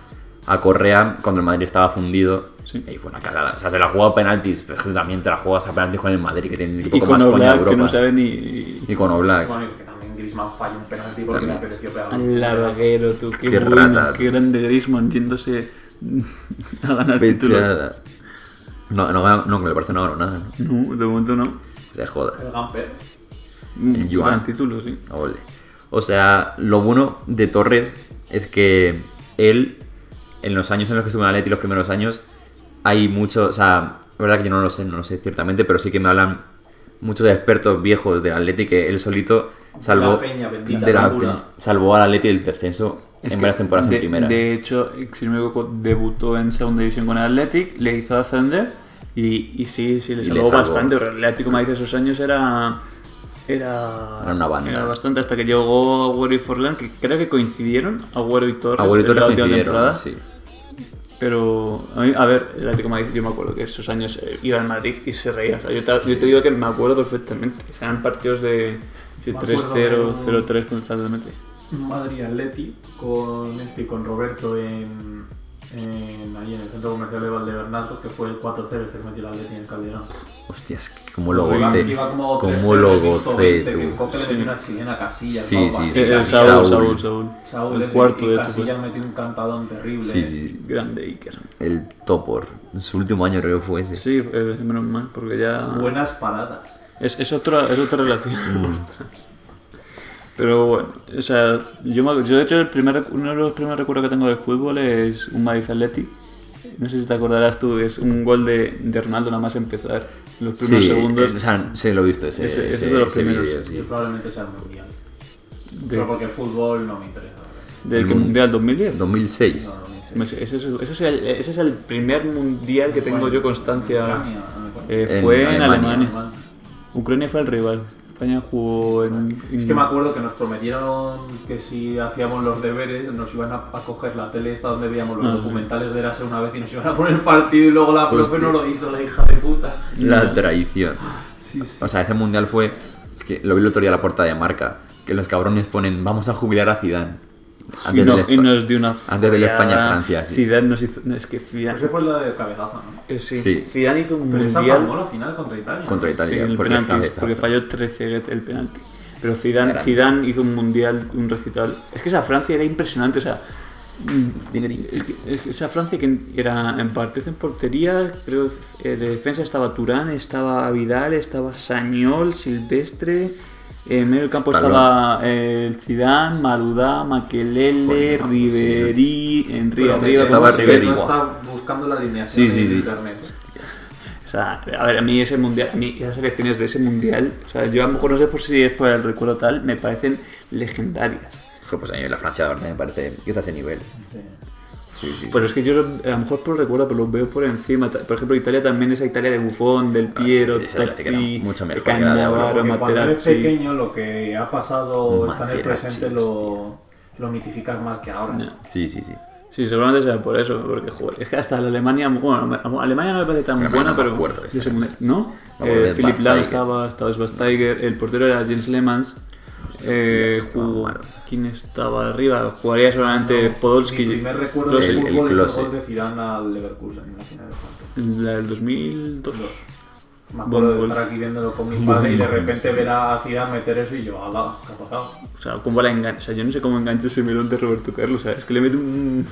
S1: a Correa cuando el Madrid estaba fundido.
S2: Sí.
S1: Y ahí fue una cagada. O sea, se la jugó a penaltis, pero es que también te la juegas a penaltis con el Madrid, que tiene el
S2: Y
S1: equipo
S2: con
S1: más coña de
S2: Oblak, que
S1: Europa.
S2: no sabe ni...
S1: Y con Oblak.
S3: Bueno, y que también Griezmann falló un penalti porque
S1: También.
S3: le pareció pegar.
S2: Larguero, tú, qué,
S1: Qué
S2: bueno,
S1: rata.
S2: qué grande Griezmann yéndose a ganar títulos.
S1: Pecheada. No, no, no, que me parece no ganó nada. ¿no?
S2: No, de momento no.
S1: Se joda.
S3: El Gamper.
S2: Mm,
S1: Joan.
S2: gran título, sí.
S1: Ole. O sea, lo bueno de Torres es que él, en los años en los que estuvo en Atleti, los primeros años, hay mucho, o sea, la verdad que yo no lo sé, no lo sé ciertamente, pero sí que me hablan muchos expertos viejos del Atleti que él solito salvó
S3: La peña bendita,
S1: de la
S3: pura.
S1: peña, salvó al Atleti del descenso
S2: Es
S1: en
S2: que
S1: varias temporadas
S2: de,
S1: en primera.
S2: De hecho, si no me equivoco, debutó en segunda división con el Athletic, le hizo ascender y, y sí, sí, le
S1: Y
S2: salvó,
S1: le salvó.
S2: bastante. Pero el Athletic, como dice, esos años era. Era,
S1: Era una banda.
S2: Era bastante hasta que llegó Agüero y Forlán, que creo que coincidieron, Agüero y Torres,
S1: Agüero y
S2: en
S1: Torres
S2: la última
S1: coincidieron,
S2: temporada.
S1: sí.
S2: Pero, a, mí- a ver, el Atlético de Madrid, yo me acuerdo que esos años eh, iba al Madrid y se reía. O sea, yo, te, yo te digo que me acuerdo perfectamente. O sea, eran partidos de, de
S3: Me
S2: 3-0,
S3: acuerdo de un-
S2: 0-3 constantemente.
S3: Madrid Atleti con este y con Roberto en, en- ahí en el centro comercial de Valdebernato, que fue el 4-0 este que metió el Atleti en el Calderón.
S1: Hostias, como lo
S3: Iba-
S1: gocé.
S3: iba como
S1: Cómo
S3: 3-0,
S1: lo
S3: minuto
S1: gocé
S3: 20, que el
S1: tú.
S3: Coque le metió una chilena a Casillas.
S1: Sí,
S3: algo
S1: sí,
S3: así.
S1: sí.
S2: El
S3: Casillas-
S2: Eh, Saúl,
S1: Saúl.
S2: Saúl, Saúl.
S3: Saúl
S2: El
S3: es
S2: cuarto,
S3: y
S2: de hecho. fue.
S3: Casillas metió un cantadón terrible.
S1: Sí, sí, sí.
S2: Grande Iker.
S1: El topor. Su último año creo que fue ese.
S2: Sí, eh, menos mal, porque ya.
S3: Buenas paradas.
S2: Es, es, otra, es otra relación. (laughs) Pero bueno, o sea, yo, me- yo de hecho el primer, recu- uno de los primeros recuerdos que tengo del fútbol es un Madrid Atleti. No sé si te acordarás tú, es un gol de, de Ronaldo nada más empezar. en Los primeros
S1: Sí,
S2: segundos.
S1: eh, o sea, sí, lo he visto ese,
S2: Ese-
S1: ese,
S2: ese de los
S1: ese
S2: primeros.
S1: vídeo, sí.
S3: Y probablemente sea el mundial.
S2: de-
S3: Pero porque el fútbol no me interesa.
S2: ¿Del que mundial 2010?
S1: 2006.
S3: No, no me interesa.
S2: Me- Pues Ese, es- ese es el, ese es el primer mundial que tengo yo constancia.
S3: Ucrania, no me acuerdo.
S2: Eh,
S1: En
S2: fue en
S1: Alemania.
S2: Alemania.
S3: Alemania.
S2: Ucrania fue el rival. España jugó en.
S3: Es que me acuerdo que nos prometieron que si hacíamos los deberes nos iban a, a coger la tele esta donde veíamos los
S2: Ah.
S3: documentales de Erase una vez y nos iban a poner partido y luego la profe
S1: Hostia.
S3: no lo hizo, la hija de puta.
S1: La traición.
S3: Sí, sí.
S1: O sea, ese mundial fue. Es que lo vi el otro día en la portada de marca. Que los cabrones ponen, vamos a jubilar a Zidane.
S2: y,
S1: Antes
S2: no-
S1: del Espa-
S2: y nos dio una.
S1: antes del
S2: follada.
S1: España-Francia, sí.
S2: Zidane nos hizo. no, es que Zidane.
S3: Pues Esa fue la de cabezazo, ¿no?
S2: eh, sí.
S1: Sí.
S2: Zidane hizo un
S3: Pero esa palmó
S2: mundial.
S3: la final contra Italia.
S1: Contra
S3: ¿no?
S1: Italia.
S2: sí, en el
S1: porque
S2: penalti,
S1: cabezazo.
S2: porque falló 13 el penalti. Pero Zidane,
S1: Grande.
S2: Zidane hizo un mundial, un recital. Es que esa Francia era impresionante, o sea. mm, Es que, es que esa Francia que era en parte en portería, creo eh, de defensa estaba Turán, estaba Vidal, estaba Sañol, Silvestre, eh, en medio del campo
S1: Stallone.
S2: estaba eh, Zidane, Maludá, Maquelele,
S1: Joder, no,
S2: Ribery, Henry
S3: Bueno,
S2: arriba.
S1: estaba
S2: ¿cómo se-
S1: Ribery.
S3: No
S1: igual.
S3: está buscando la alineación
S1: Sí, sí,
S3: en
S1: sí.
S3: internet.
S2: O sea, a ver, a mí ese mundial, a mí esas selecciones de ese mundial, o sea, yo a lo mejor no sé por si es por el recuerdo tal, me parecen legendarias.
S1: Joder, pues a mí la Francia de verdad me parece que está a ese nivel. Sí, sí, sí.
S2: Pero es que yo lo- a lo mejor por recuerdo, pero los veo por encima. Ta- Por ejemplo, Italia también, esa Italia de Buffon, del Piero,
S1: esa era- sí que era
S2: Tati,
S1: mucho mejor que la de ahora,
S2: Cannavaro,
S3: Porque cuando eres
S2: Materazzi.
S3: pequeño lo que ha pasado está en el
S1: Materazzi,
S3: presente lo, lo mitificas más que ahora.
S2: Ya.
S1: Sí, sí, sí.
S2: Sí, seguramente sea por eso, porque joder, es que hasta la Alemania, bueno, a- a Alemania no me parece tan
S1: Alemania
S2: buena,
S1: no me
S2: pero
S1: acuerdo de esa
S2: de ese mundial, ¿no?
S1: Me acuerdo
S2: Eh,
S1: de
S2: Philipp Lahm
S1: Schweinsteiger.
S2: estaba, estaba Schweinsteiger, el portero era Jens Lehmanns. Eh,
S1: Hostias, estaba
S2: jugó-
S1: malo.
S2: ¿Quién estaba arriba? Jugaría seguramente Podolski.
S3: Mi primer recuerdo
S2: Klose.
S3: del
S1: El- el
S3: fútbol es
S1: Klose.
S3: el gol de Zidane al Leverkusen en la final de Champions.
S2: La del 2002.
S3: Me acuerdo de
S2: Buen
S3: estar aquí viéndolo con mi padre y de repente ver a Zidane meter eso y yo, ala, ¿qué ha pasado?
S2: O sea, ¿cómo la engan- o sea, yo no sé cómo engancha ese melón de Roberto Carlos. O sea, es que le mete un.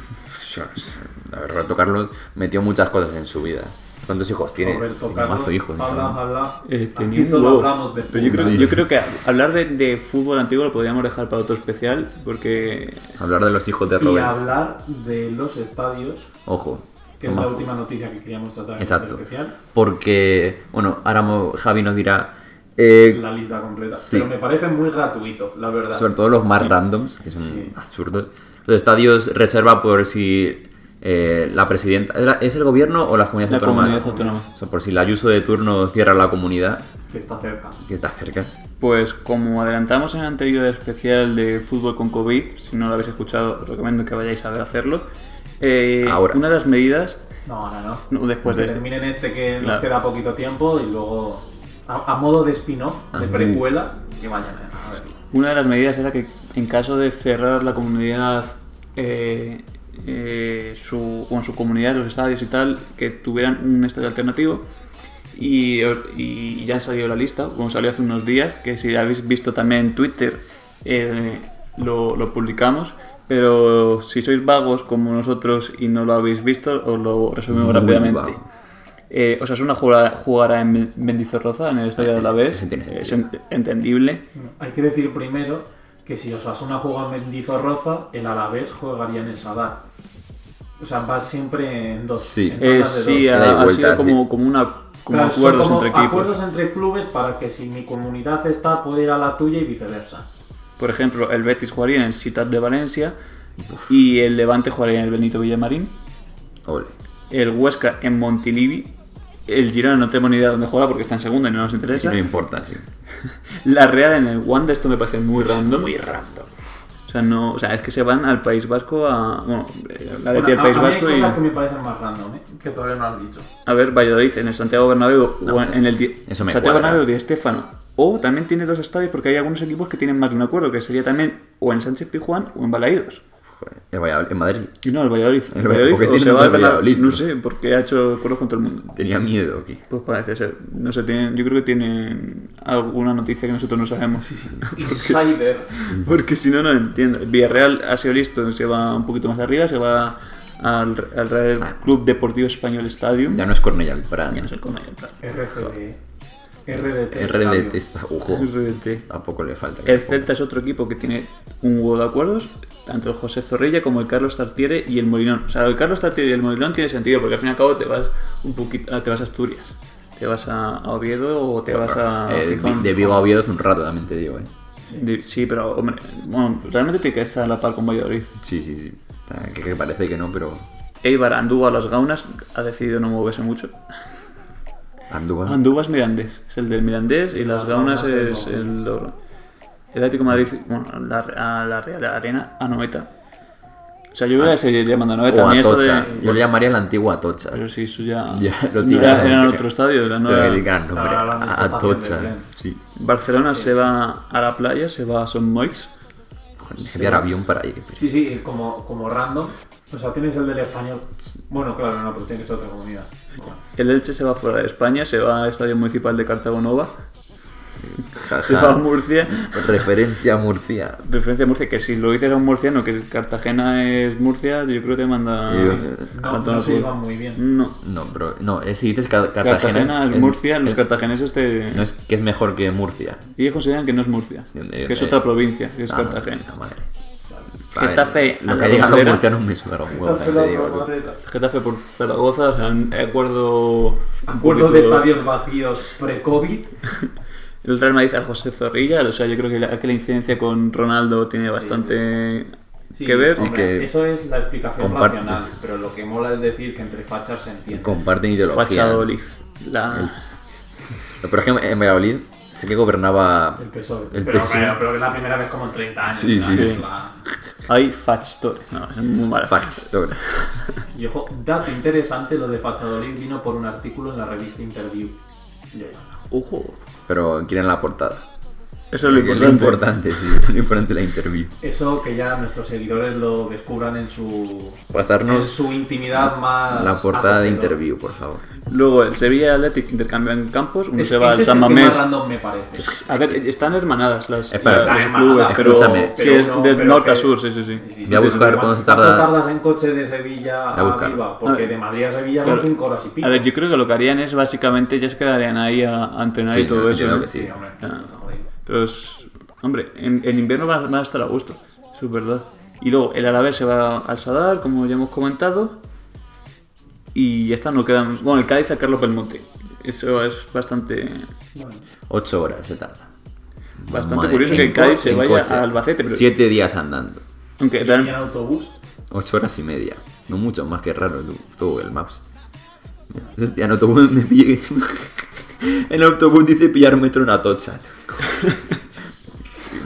S1: A ver, Roberto Carlos metió muchas cosas en su vida. ¿Cuántos hijos tiene?
S3: Roberto
S1: Tiene un mazo
S3: Carlos,
S1: de hijos. ¿no?
S3: habla, habla.
S2: Eh, tenía
S3: aquí
S2: un
S3: solo
S2: huevo.
S3: hablamos de
S2: Pero yo creo,
S3: fútbol.
S2: yo creo que hablar de, de fútbol antiguo lo podríamos dejar para otro especial, porque.
S1: Hablar de los hijos de
S3: Y
S1: Roberto.
S3: hablar de los estadios,
S1: Ojo.
S3: que es
S1: toma
S3: la
S1: fu-
S3: última noticia que queríamos tratar en este
S1: Exacto.
S3: especial.
S1: Porque, bueno, ahora mo- Javi nos dirá. eh,
S3: La lista completa.
S1: Sí.
S3: Pero me parece muy gratuito, la verdad.
S1: sobre todo los más randoms, que son
S3: Sí.
S1: absurdos. Los estadios reserva por si eh, la presidenta. ¿era- ¿Es el gobierno o las comunidades
S2: La
S1: autónomas?
S2: comunidad autónoma.
S1: O sea, por si la Ayuso de turno cierra la comunidad,
S3: Que está cerca.
S1: que está cerca.
S2: Pues como adelantamos en el anterior especial de fútbol con COVID, si no lo habéis escuchado, os recomiendo que vayáis a ver hacerlo. Eh,
S1: Ahora.
S2: Una de las medidas.
S3: No, ahora no.
S2: No, después
S3: que
S2: de este.
S3: terminen este que nos
S2: Claro.
S3: queda poquito tiempo y luego, a, a modo de spin-off, de
S1: Ajá.
S3: precuela, que vayan a ver.
S2: Una de las medidas era que en caso de cerrar la comunidad, eh, eh, su, bueno, su comunidad, los estadios y tal, que tuvieran un estadio alternativo. Y, os- y ya salió la lista, como salió hace unos días, que si habéis visto también en Twitter, eh, lo, lo publicamos. Pero si sois vagos como nosotros y no lo habéis visto, os lo resumimos
S1: Muy
S2: rápidamente.
S1: vago.
S2: Eh, Osasuna jugará, jugará en Men- Mendizorroza, en el estadio de Alavés.
S1: Ese Ah, tiene
S2: Es
S1: sentido.
S2: ent- entendible.
S3: Hay que decir primero que si Osasuna juega en Mendizorroza, el Alavés jugaría en el Sadar. O sea, va siempre en dos.
S1: Sí.
S3: en
S2: Eh,
S3: tandas de
S2: sí,
S3: dos.
S1: Que
S2: ha,
S1: hay
S2: ha
S1: vueltas,
S2: sido como,
S1: sí.
S2: como una como
S3: Claro, son
S2: acuerdos
S3: como
S2: entre equipos.
S3: acuerdos entre clubes para que si mi comunidad está, puede ir a la tuya y viceversa.
S2: Por ejemplo, el Betis jugaría en el Ciutat de Valencia y el Levante jugaría en el Benito Villamarín,
S1: Ole.
S2: el Huesca en Montilivi, el Girona no tenemos ni idea de dónde juega porque está en segunda y no nos
S1: Y
S2: interesa,
S1: no importa, sí.
S2: la Real en el Wanda, esto me parece muy random.
S1: Muy random.
S2: O sea, no, o sea, es que se van al País Vasco a... Bueno, eh, la de
S3: Bueno,
S2: del
S3: a-
S2: País
S3: a mí hay
S2: Vasco y...
S3: cosas que me parecen más random, ¿eh? que todavía no has dicho.
S2: A ver, Valladolid en el Santiago Bernabéu o en el Di-
S1: eso me
S2: Santiago
S1: cuadra.
S2: Bernabéu de Estefano. O también tiene dos estadios porque hay algunos equipos que tienen más de un acuerdo, que sería también o en Sánchez Pijuán o en Balaídos.
S1: Joder, el Valladolid- en Madrid.
S2: Y no, el Valladolid.
S1: El Valladolid, ¿por qué
S2: o
S1: tiene
S2: se va
S1: tanto
S2: al Bernabéu,
S1: Valladolid,
S2: No
S1: no?
S2: sé, porque ha hecho acuerdos con todo el mundo.
S1: Tenía miedo aquí.
S2: Pues parece ser. No sé, tienen, yo creo que tienen alguna noticia que nosotros no sabemos.
S3: Insider.
S2: (laughs) Porque si no, no entiendo. El Villarreal ha sido listo, se va un poquito más arriba, se va al, al Real Club Deportivo Español Stadium.
S1: Ah. Ya no es Cornellà el Prat.
S2: Ya no sé cómo hay otra.
S3: RCD. RDT.
S1: RDT está, ojo,
S2: RDT.
S1: tampoco le falta.
S2: El Celta es otro equipo que tiene un huevo de acuerdos, tanto el José Zorrilla como el Carlos Tartiere y el Molinón. O sea, el Carlos Tartiere y el Molinón tiene sentido, porque al fin y al cabo te vas un poquito, ah, te vas a Asturias, te vas a a Oviedo o te vas a.
S1: Eh,
S2: Gijón.
S1: de Vigo a Oviedo es un rato, también te digo, eh.
S2: De- sí, pero hombre, bueno, realmente tiene que estar a la par con Valladolid.
S1: Sí, sí, sí. Está- Que, que parece que no, pero.
S2: Eibar anduvo a las gaunas, ha decidido no moverse mucho.
S1: Andúa.
S2: Andúa es Ah, Mirandés, es el del Mirandés y las
S3: Las
S2: Gaunas
S3: Gaunas
S2: es
S3: es el
S2: el Logro. El Atlético de Madrid, bueno, la, a la Real Arena a Noeta. O sea, yo voy a seguir llamando a Noeta.
S1: Ah, o
S2: a mí esto de-
S1: Atocha. Yo le llamaría la antigua Atocha.
S2: Pero si eso ya.
S1: (laughs) Ya lo
S2: ya
S1: tiraron.
S2: Era en otro estadio, la nueva.
S1: Te digan,
S3: Estaba
S1: hombre,
S3: hablando de
S1: a-
S3: esta
S1: Atocha.
S3: también del
S1: Sí.
S2: Barcelona se va a la playa, se va a Son Moix.
S1: Joder, enviar avión para ir. pero-
S3: Sí, sí, es como, como random. O sea, tienes el del español. Bueno, claro, no, pero tienes otra comunidad. Bueno.
S2: El Elche se va fuera de España, se va al Estadio Municipal de Cartago Nova.
S1: Ja,
S2: Se
S1: ja.
S2: va a Murcia.
S1: Referencia a Murcia.
S2: Referencia a Murcia, que si lo dices a un murciano, que Cartagena es Murcia, yo creo que te manda.
S1: Yo-
S3: No,
S2: a
S3: no
S2: tono
S3: se
S2: por-
S3: llevan muy bien.
S2: No.
S1: No, bro. No, eh, si dices Ca- Cartagena.
S2: Cartagena, es
S1: eh,
S2: Murcia, los
S1: eh,
S2: cartageneses te...
S1: No es que es mejor que Murcia.
S2: Ellos consideran que no es Murcia,
S1: ¿De dónde-
S2: que
S1: dónde
S2: es otra
S1: es?
S2: provincia, que es
S1: Ah,
S2: Cartagena.
S1: la madre.
S2: Getafe
S1: Lo
S2: a
S1: que
S2: la
S1: digan los
S2: bandera.
S1: murcianos me suda los huevos, eh,
S3: Entonces,
S1: Mm, te
S3: la-
S1: digo. tú.
S2: Getafe por Zaragoza, o sea, un acuerdo... un
S3: Acuerdos
S2: poquito-
S3: de estadios vacíos pre-COVID.
S2: El Real Madrid al José Zorrilla, o sea, yo creo que la- que la incidencia con Ronaldo tiene bastante
S3: Sí,
S2: que ver.
S1: Y
S3: hombre,
S1: que
S3: Eso es la explicación
S1: comparte-
S3: racional. Pero lo que mola es decir que entre fachas se entiende.
S1: Comparten ideología.
S2: Fachadoliz, la...
S1: Pero es que en Valladolid sé que gobernaba.
S3: El PSOE.
S1: El
S3: pero,
S1: PSOE.
S3: pero- pero es la primera vez como en 30 años.
S1: E. Sí,
S3: ¿no?
S1: sí,
S3: Es
S2: sí.
S3: la-
S2: Hay Factores, no, es muy mala.
S1: Factor.
S3: Y ojo, dato interesante, lo de Fachadolid vino por un artículo en la revista Interview. Yo ya.
S2: Ojo,
S1: Pero quieren la portada.
S2: eso es lo
S1: Que es
S2: importante.
S1: importante, (laughs) sí. Lo importante la interview.
S3: Eso que ya nuestros seguidores lo descubran en su, en
S1: Pasarnos
S3: su intimidad más.
S1: la portada de
S3: acogedora.
S1: interview, por favor.
S2: Luego el Sevilla y Athletic intercambian campos, uno
S3: Es-
S2: se va al
S3: ese es el
S2: San
S3: que
S2: Mamés.
S3: más random me parece.
S1: Pues,
S2: Pues, A ver, están hermanadas las,
S1: Espera,
S2: las- los
S3: Están
S2: clubes,
S3: hermanadas,
S2: pero
S1: escúchame.
S2: sí
S3: pero
S2: es
S3: no,
S2: del
S3: pero
S2: norte
S3: que-
S2: a sur, sí, sí, sí.
S3: Sí,
S1: Voy a
S3: sí,
S1: buscar
S3: pero
S1: cuánto se
S3: ¿cuánto
S1: tarda-
S3: tardas en coche de Sevilla
S1: Voy a
S3: a
S1: buscar.
S3: Viva?
S2: A
S3: Porque
S2: ver.
S3: de Madrid a Sevilla
S2: Ah. Claro.
S3: son 5 horas y pico.
S2: A ver, yo creo que lo que harían es básicamente ya se quedarían ahí a, a entrenar
S1: Sí,
S2: y todo
S1: no,
S2: eso.
S1: entiendo
S2: ¿no?
S1: que sí.
S3: Sí, hombre.
S2: Ah.
S3: joder.
S2: Pero es- hombre, en, en invierno van, van a estar a gusto, eso es verdad. Y luego el Alavés se va al Sadar, como ya hemos comentado. Y ya está, no quedan. Bueno, el Cádiz a Carlos Belmonte. Eso es bastante
S3: Bueno,
S1: Ocho horas se tarda.
S2: Bastante
S1: Madre,
S2: curioso
S1: en
S2: que el Cádiz
S1: coche,
S2: se
S1: en
S2: vaya
S1: coche.
S2: a Albacete, pero-
S1: Siete días andando.
S2: Aunque
S3: y en
S2: realmente.
S3: autobús.
S1: Ocho horas y media. No mucho más que raro tú, tú, el Maps. Hostia, en autobús me pillé. (laughs) En autobús dice pillar metro en Atocha.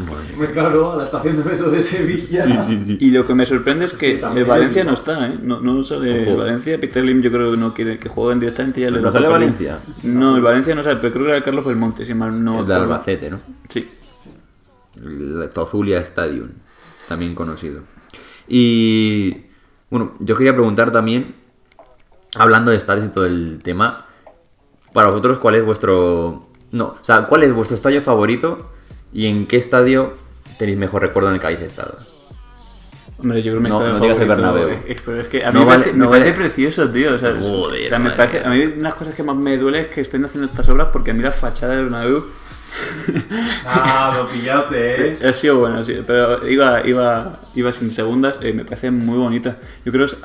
S1: Madre.
S3: Me caro a la estación de metro de Sevilla.
S1: Sí, sí, sí.
S2: Y lo que me sorprende es que
S3: Sí, también.
S2: el Valencia no está, ¿eh? No, no sale
S1: Ojo.
S2: Valencia. Peter Lim yo creo que no quiere que jueguen directamente. Ya les
S1: ¿No
S2: da
S1: sale
S2: papel.
S1: Valencia?
S2: No, el Valencia no sale, pero creo que era Carlos Belmonte, si mal
S1: (laughs)
S2: no...
S1: El de
S2: recuerdo.
S1: Albacete, ¿no?
S2: Sí.
S1: El Tozulia Stadium, también conocido. Y bueno, yo quería preguntar también, hablando de estadios y todo el tema, para vosotros, ¿cuál es vuestro. No, o sea, ¿cuál es vuestro estadio favorito y en qué estadio tenéis mejor recuerdo en el que habéis estado?
S2: Hombre, yo creo que me
S1: No,
S2: está
S1: no digas el Bernabéu.
S2: Pero es que a mí
S1: No
S2: me
S1: vale-
S2: parece,
S1: no
S2: me parece
S1: vale.
S2: precioso, tío. O sea, es-
S1: Joder,
S2: o sea, me
S1: madre
S2: parece,
S1: mía.
S2: a mí una de las cosas que más me duele es que estén haciendo estas obras porque a mí la fachada del Bernabéu
S3: Ah, lo pillaste,
S2: (laughs)
S3: eh.
S2: ha sido buena, sí, pero iba, iba, iba sin segundas. eh, me parece muy bonita. Yo creo que es-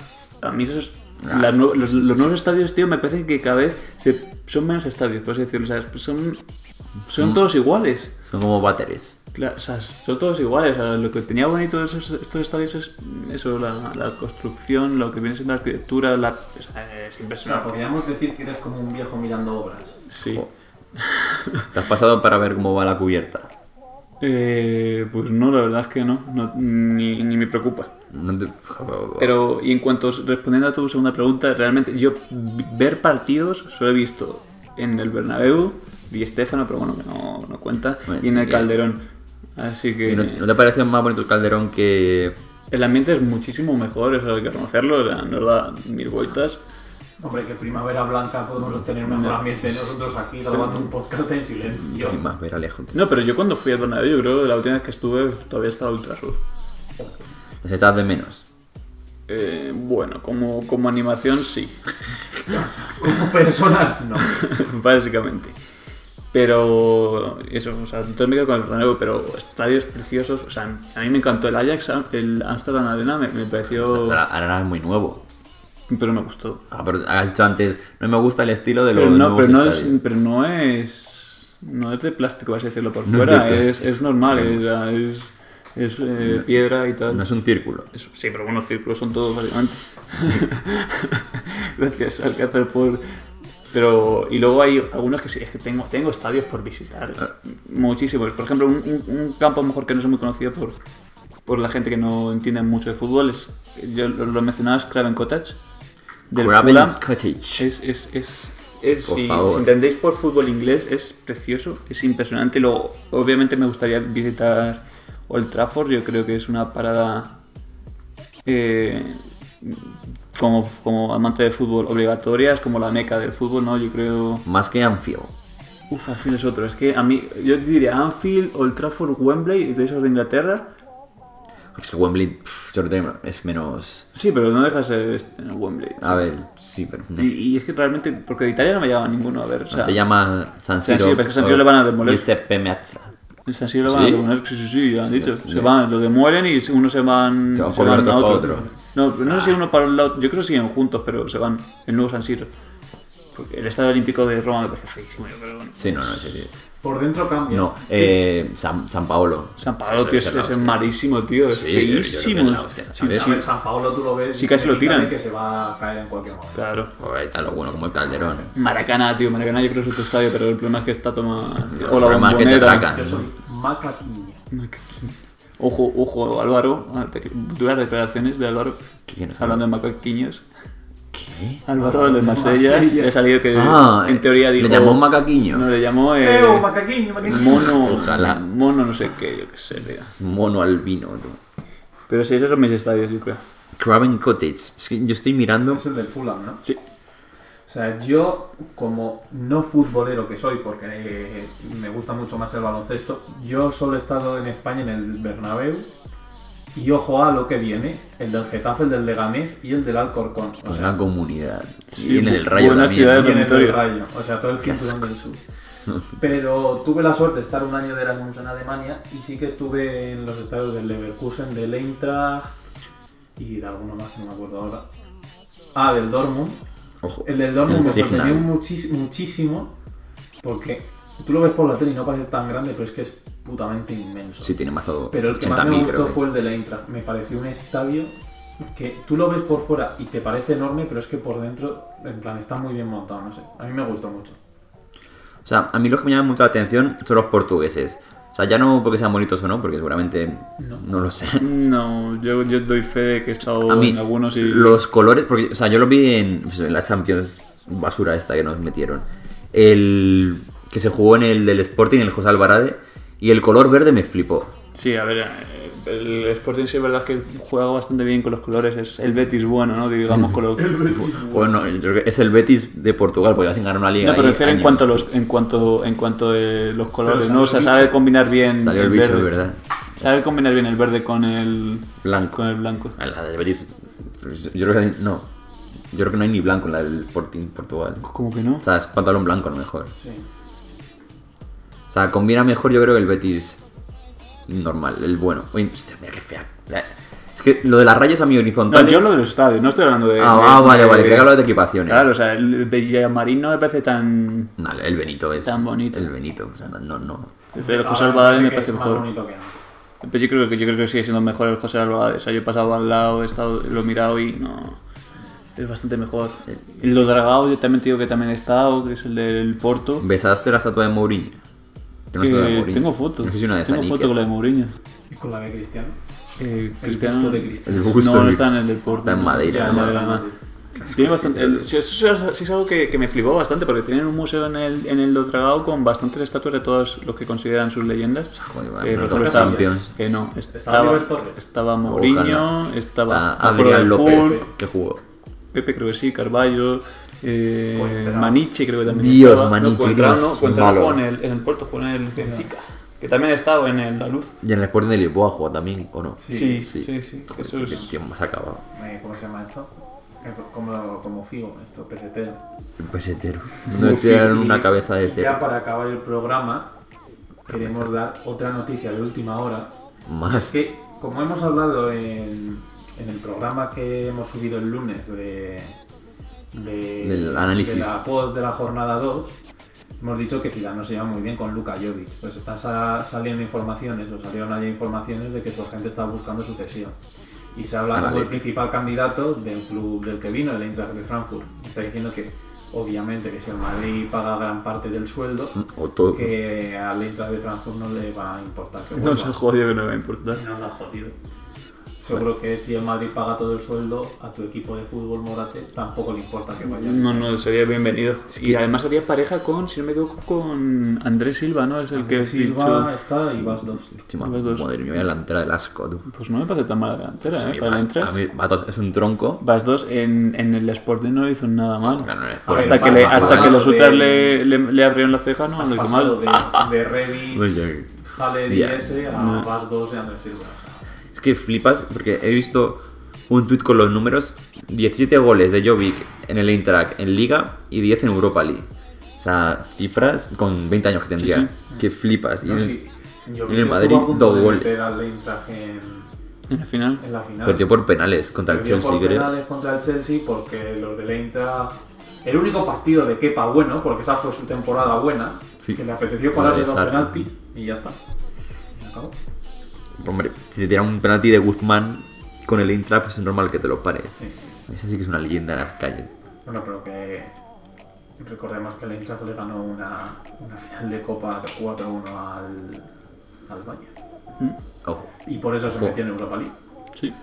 S2: a mí esos, las nue- los, los nuevos estadios, tío, me parecen que cada vez se- son menos estadios, por así decirlo. O sea, pues son, son todos iguales.
S1: Son como váteres.
S2: Claro, o sea, son todos iguales. o sea, lo que tenía bonito de esos, estos estadios es eso, la, la construcción, lo que viene siendo la arquitectura, la, o sea, es
S3: O sea,
S2: impresionante.
S3: podríamos decir que eres como un viejo mirando obras.
S2: Sí.
S1: ¿Te has pasado para ver cómo va la cubierta?
S2: Eh, pues no, la verdad es que no, no- ni, ni me preocupa.
S1: No te-
S2: Pero y en cuanto respondiendo a tu segunda pregunta, realmente yo vi- ver partidos solo he visto en el Bernabéu, Di Stéfano, pero bueno, que no, no cuenta,
S1: Bueno,
S2: y en
S1: sí
S2: el
S1: que-
S2: Calderón. Así que...
S1: ¿Y ¿No, no te parecen más bonitos Calderón que,
S2: El ambiente es muchísimo mejor, eso hay que reconocerlo, o sea, nos da mil vueltas.
S3: Hombre, que Primavera Blanca podemos obtener mejor ambiente nosotros aquí grabando un podcast en silencio.
S1: Hay más ver Alejo.
S2: No, pero yo cuando fui al Bernabéu, yo creo que la última vez que estuve todavía estaba Ultrasur.
S1: Nos echas de menos.
S2: Eh, bueno, como, como animación sí,
S3: Como personas, no.
S2: (laughs) básicamente. Pero eso, o sea, entonces me quedo con el Bernabéu, pero estadios preciosos, o sea, a mí me encantó el Ajax, el Amsterdam Arena, me, me pareció...
S1: Ahora ahora es muy nuevo.
S2: Pero me gustó.
S1: Ah, pero has dicho antes, no me gusta el estilo de los
S2: Pero no,
S1: nuevos
S2: pero no, es,
S1: estadios.
S2: pero no es. No es de plástico, vas a decirlo por
S1: No es
S2: fuera.
S1: de
S2: Es, es,
S1: plástico.
S2: normal, es, la- es, es, eh, piedra y tal.
S1: No es un círculo.
S2: Es- sí, pero bueno, círculos son todos básicamente. (laughs) Gracias, Alcázar, por. Pero, y luego hay algunos que sí, es que tengo, tengo estadios por visitar. Muchísimos. Por ejemplo, un, un- un campo a lo mejor que no es muy conocido por, por la gente que no entiende mucho de fútbol es. Yo lo, lo mencionaba, es Craven Cottage. Del
S1: Graben
S2: Fulham.
S1: Cottage.
S2: Es, es, es, es-
S1: Por
S2: si,
S1: favor.
S2: si entendéis por fútbol inglés, es precioso, es impresionante. Y Luego, obviamente me gustaría visitar Old Trafford, yo creo que es una parada eh, como, como amante de fútbol obligatoria, es como la meca del fútbol, ¿no? Yo creo...
S1: Más que Anfield.
S2: Uf, Anfield es otro, es que a mí, yo diría Anfield, Old Trafford, Wembley, y todos esos de Inglaterra.
S1: Es que Wembley pff, sobre todo es menos...
S2: Sí, pero no deja de ser este- Wembley.
S1: A ver, sí, pero...
S2: Y, y es que realmente, porque de Italia no me llegaba ninguno a ver. O sea,
S1: te llama San
S2: San
S1: Siro.
S2: Siro, pero es que San
S1: o
S2: Siro le van a demoler.
S1: Giuseppe Meazza.
S2: El San Siro lo este van
S1: ¿Sí?
S2: a demoler, sí, sí, sí, ya han dicho.
S1: Sí.
S2: Se van, lo demuelen y unos se van,
S1: Se van por el otro para otro.
S2: No, no sé si uno para un lado, yo creo que siguen juntos, pero se van, el nuevo San Siro. Porque el Estadio Olímpico de Roma me parece feísimo, yo, pero bueno.
S1: Sí, no, no, sí, sí.
S3: Por dentro cambia.
S1: No, eh, San, San Paolo.
S2: San Paolo,
S1: Sí,
S2: tío, es,
S1: sí, sí, la
S2: es
S1: hostia.
S2: malísimo, tío, es
S1: Sí, yo- yo creo que es
S2: feísimo.
S1: la hostia, San
S2: Sí,
S1: Siro.
S3: A
S2: sí,
S3: ver, San Paolo tú lo ves.
S2: Sí, casi lo tiran.
S3: Que se va a caer en cualquier momento.
S2: claro.
S1: Joder, ahí está lo bueno, como el Calderón. ¿eh?
S2: Maracana, tío, Maracana yo creo que es otro estadio, pero el problema es que está toma... O la
S1: problema es que te
S2: bombonera.
S1: atracan.
S3: Yo soy macaquiña.
S2: Ojo, ojo, Álvaro, duras declaraciones de Álvaro,
S1: ¿Quién es
S2: hablando de macaquiños.
S1: ¿Qué?
S2: Álvaro, el de Marsella,
S3: Marsella.
S2: le salió que
S1: Ah,
S2: en teoría
S1: ¿le
S2: dijo...
S1: llamó macaquiño?
S2: No, le llamó eh,
S3: ¡Eh, oh, macaquiño, macaquiño!
S2: mono,
S1: Ojalá.
S2: mono no sé qué, yo qué sé, tío.
S1: Mono albino, ¿no?
S2: Pero sí, esos son mis estadios, yo creo.
S1: Craven Cottage. Es que yo estoy mirando...
S3: Es el del Fulham, ¿no?
S2: Sí.
S3: O sea, yo, como no futbolero que soy, porque eh, me gusta mucho más el baloncesto, yo solo he estado en España en el Bernabéu. Y ojo a lo que viene, el del Getafe, el del Leganés y el del Alcorcón. O
S1: Pues
S3: sea,
S1: una comunidad.
S2: Sí,
S1: y en el
S2: bu-
S1: rayo
S2: buenas
S1: también.
S2: ciudades
S1: ¿no?
S3: y en el
S2: dormitorio.
S3: Rayo, o sea, todo el cinturón del sur. Pero tuve la suerte de estar un año de Erasmus en Alemania y sí que estuve en los estados del Leverkusen, del Eintracht y de alguno más que no me acuerdo ahora. Ah, del Dortmund.
S1: Ojo.
S3: El del Dortmund
S1: El
S3: me sorprendió
S1: Signal.
S3: muchis- muchísimo porque tú lo ves por la tele y no parece tan grande, pero es que es putamente inmenso.
S1: Sí, tiene mazo
S3: Pero el que más me
S1: 80.000 creo
S2: ¿eh?
S3: gustó
S1: que.
S3: fue el de la Eintracht. Me pareció un estadio que tú lo ves por fuera y te parece enorme, pero es que por dentro, en plan, está muy bien montado, no sé. A mí me gustó mucho.
S1: O sea, a mí los que me llaman mucho la atención son los portugueses. O sea, ya no porque sean bonitos o no, porque seguramente no, lo sean.
S2: No, yo, yo doy fe de que he estado
S1: A mí,
S2: en algunos y...
S1: los colores, porque, o sea, yo lo vi en, pues, en la Champions basura esta que nos metieron. El que se jugó en el del Sporting, el José Alvarade, y el color verde me flipó.
S2: Sí, a ver, eh, el Sporting sí es verdad que juega bastante bien con los colores, es el Betis bueno, ¿no? Digamos con los...
S1: Bueno, yo creo que es el Betis de Portugal, porque sin ganar una liga.
S2: No, pero
S1: ahí
S2: refiero en
S1: años.
S2: cuanto a los, en cuanto, en cuanto eh, los colores,
S3: salió
S2: ¿no? O
S3: el
S2: sea,
S3: bicho.
S2: sabe combinar bien.
S1: Salió el bicho, de verdad.
S2: Sabe combinar bien el verde con el
S1: Blanco.
S2: Con el blanco.
S1: A La del Betis. Yo creo que hay- no. Yo creo que no hay ni blanco en la del Sporting Portugal.
S2: Como que no.
S1: O sea, es pantalón blanco a lo mejor.
S3: Sí.
S1: O sea, combina mejor yo creo que el Betis normal, el bueno. Uy, hostia, mira qué fea. La- Es que lo de las rayas a mi
S2: No,
S1: horizontal.
S2: yo lo de los estadios, no estoy hablando de.
S1: Ah,
S2: de-
S1: ah, vale,
S2: de-
S1: vale, creo que hablas de eh. equipaciones.
S2: Claro, o sea, el de Villamarín no me parece tan.
S1: No, el Benito es.
S2: Tan bonito.
S1: El Benito, o sea, no, no. no.
S2: Pero el José
S3: Ahora
S2: Alvarado
S3: sé
S2: me
S3: Ah, que
S2: parece
S3: es más
S2: mejor.
S3: bonito que no.
S2: Pero yo creo que yo creo que sigue siendo mejor el José Alvarado. O sea, yo he pasado al lado, he estado, lo he mirado y no. Es bastante mejor. Lo dragado yo también te digo que también he estado, que es el del Porto.
S1: ¿Besaste la estatua de Mourinho? Tengo una estatua de
S2: Eh,
S1: Mourinho.
S2: tengo fotos.
S1: No sé si una de
S2: tengo
S1: Sanique.
S2: fotos con la de Mourinho.
S3: Y con la de Cristiano.
S2: Eh,
S3: El gusto de Cristiano.
S1: El gusto
S2: no, no
S1: de-
S2: está en el del Porto.
S1: Está en Madeira,
S2: Está en
S1: ¿no?
S2: Madeira, ¿no? Tiene bastante, el- sí, eso es- sí es algo que, que me flipó bastante, porque tienen un museo en el, en el Dotragao con bastantes estatuas de todos los que consideran sus leyendas.
S1: Ah, Joder,
S2: Eh,
S1: los
S2: por ejemplo,
S1: dos
S2: estaba-
S1: Champions.
S2: eh, no,
S3: Estaba
S2: estaba,
S3: Oliver Torres.
S2: estaba Mourinho, estaba
S1: Está
S2: me acuerdo de
S1: Ah, Adrián López,
S2: Hulk,
S1: que jugó.
S2: Pepe creo que sí, Carballo, eh,
S3: Cuentrao.
S2: Maniche creo que también
S1: Dios,
S2: estaba.
S1: Maniche,
S2: no, Cuentrao
S1: tío,
S2: no,
S1: es
S2: Cuentrao
S1: malo.
S2: jugó en el, en el Porto, jugó en el Benfica, que también estaba en el Andaluz.
S1: Y en el Sporting de Lisboa jugó también, ¿o no?
S2: Sí, sí, sí,
S1: Joder,
S2: eso es-
S1: qué tío más acabado.
S3: Eh, ¿Cómo se llama esto? Eh, Como, como Figo, esto, pesetero.
S1: El
S2: (laughs)
S1: pesetero. No tiran una cabeza de
S3: Ya
S1: cero.
S3: para acabar el programa, queremos dar otra noticia de última hora. Es
S1: Más.
S3: que, como hemos hablado en, en el programa que hemos subido el lunes de, de-
S1: Del análisis.
S3: de la post de la jornada 2, hemos dicho que Zidane no se lleva muy bien con Luka Jovic. Pues están sa- saliendo informaciones, o salieron ayer informaciones de que su agente estaba buscando sucesión. Y se habla
S1: Al
S3: como el
S1: Atleti.
S3: principal candidato del club del que vino, el Eintracht de Frankfurt. Está diciendo que, obviamente, que si el Madrid paga gran parte del sueldo,
S1: O todo.
S3: que al Eintracht de Frankfurt no le va a importar que
S2: No
S3: vuelva.
S2: se ha jodido que no me va a importar.
S3: No nos ha jodido. Seguro que si el Madrid paga todo el sueldo, a tu equipo de fútbol Morate tampoco le importa que vaya.
S2: No, no, sería bienvenido.
S1: Es
S2: Y
S1: que-
S2: además había pareja con, si no me equivoco, con Andrés Silva, ¿no? Es el que has
S3: Silva
S2: dicho.
S3: está y vas dos.
S1: Estima,
S2: los dos.
S1: madre mía, voy a la entera del asco, tú.
S2: Pues no me parece tan mala delantera,
S1: A
S2: ¿eh?
S1: mí
S2: Para
S1: vas-
S2: entrar.
S1: a mí, Vatos es un tronco.
S2: Vas dos, en, en el Sporting no le hizo nada mal.
S1: Claro, no es
S3: A ver,
S2: Hasta
S1: Sporting.
S2: que, le,
S3: Vas-
S2: hasta
S3: vas-
S2: que los
S3: vas-
S2: ultras
S3: de-
S2: le, le, le abrieron la ceja, no lo hizo
S3: Pasado
S2: mal.
S3: de, de Rebic,
S1: Oye.
S3: Haller y
S1: Ya.
S3: ese eh, a
S2: No.
S3: vas dos de Andrés Silva.
S1: Es que flipas porque he visto un tuit con los números. 17 goles de Jovic en el Eintracht en Liga y 10 en Europa League. O sea, cifras con 20 años que tendría.
S2: Sí,
S1: Que flipas. Y
S3: Yo
S1: un-
S3: sí, yo
S1: en el Madrid, dos goles.
S3: al Eintracht en,
S2: En la final.
S3: en la final.
S1: Perdió por penales contra el
S3: Perdió
S1: Chelsea,
S3: por
S1: creo.
S3: penales contra el Chelsea porque los del Eintracht... El único partido de Kepa bueno, porque esa fue su temporada buena,
S1: Sí.
S3: que le apeteció pararse dos
S1: Exacto.
S3: penaltis y ya está. Se acabó.
S1: Hombre, si te tiran un penalti de Guzmán con el Eintracht, pues es normal que te lo pare.
S3: Sí.
S1: Esa sí que es una leyenda en las calles.
S3: Bueno, pero que recordemos que el Eintracht le ganó una, una final de Copa 4-1 al, al Bayern.
S1: Ojo.
S3: Y por eso se
S1: Ojo.
S3: metió en Europa League.
S2: Sí.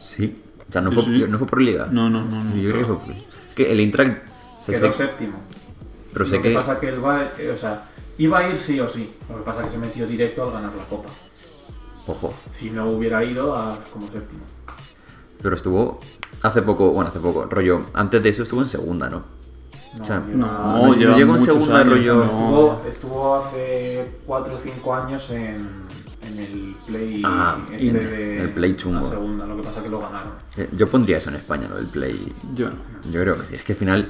S1: Sí. O sea, no,
S2: Sí,
S1: fue,
S2: sí.
S1: no fue por liga.
S2: No, no, no. no.
S1: Yo creo que fue por Que el Eintracht se
S3: Quedó
S1: sé-
S3: séptimo.
S1: Pero sé
S3: Lo que
S1: que.
S3: pasa que el Bayern, eh, o sea, iba a ir sí o sí. Lo que pasa que se metió directo al ganar la Copa.
S1: Ojo.
S3: Si no hubiera ido a, como séptimo.
S1: Pero estuvo hace poco, bueno, hace poco, rollo. Antes de eso estuvo en segunda, ¿no?
S3: No,
S1: O sea,
S3: lleva-
S1: no,
S2: lleva
S1: llegó Ah, en
S2: muchos
S1: segunda,
S2: años,
S1: rollo,
S3: Estuvo, estuvo hace 4 o 5 años en, en el Play.
S1: Ah,
S3: este
S1: en
S3: de
S1: el Play chungo.
S3: La segunda, lo que pasa que lo ganaron.
S1: Eh, Yo pondría eso en España, lo del play.
S2: Yo no.
S1: Yo creo que sí. Es que al final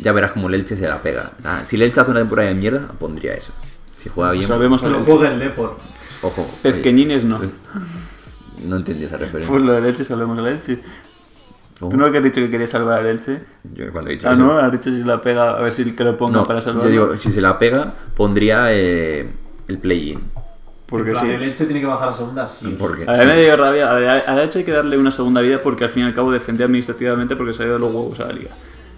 S1: ya verás como el Elche se la pega. O sea, si el Elche hace una temporada de mierda, pondría eso. Si juega bien.
S2: Pues Sabemos a
S3: Pero
S2: los
S3: juega el Depor.
S1: Ojo. oye,
S2: Pezqueñines no.
S1: Pues- no entendí esa referencia.
S2: Pues lo del Elche, salvemos al Elche.
S1: Ojo.
S2: ¿Tú no que has dicho que querías salvar al Elche?
S1: Yo cuando he dicho
S2: Ah,
S1: eso-
S2: no, has dicho si la pega, a ver si que lo ponga
S1: No,
S2: para
S1: Yo
S2: salvarlo.
S1: digo, si se la pega, pondría eh, el play-in.
S2: porque
S3: En plan,
S2: sí.
S3: El Elche tiene que bajar a segunda, sí. o sí.
S1: Porque
S2: A
S1: sí.
S2: mí me dio rabia. A la- a la Elche hay que darle una segunda vida porque al fin y al cabo defendía administrativamente porque se ha ido de los huevos a la liga.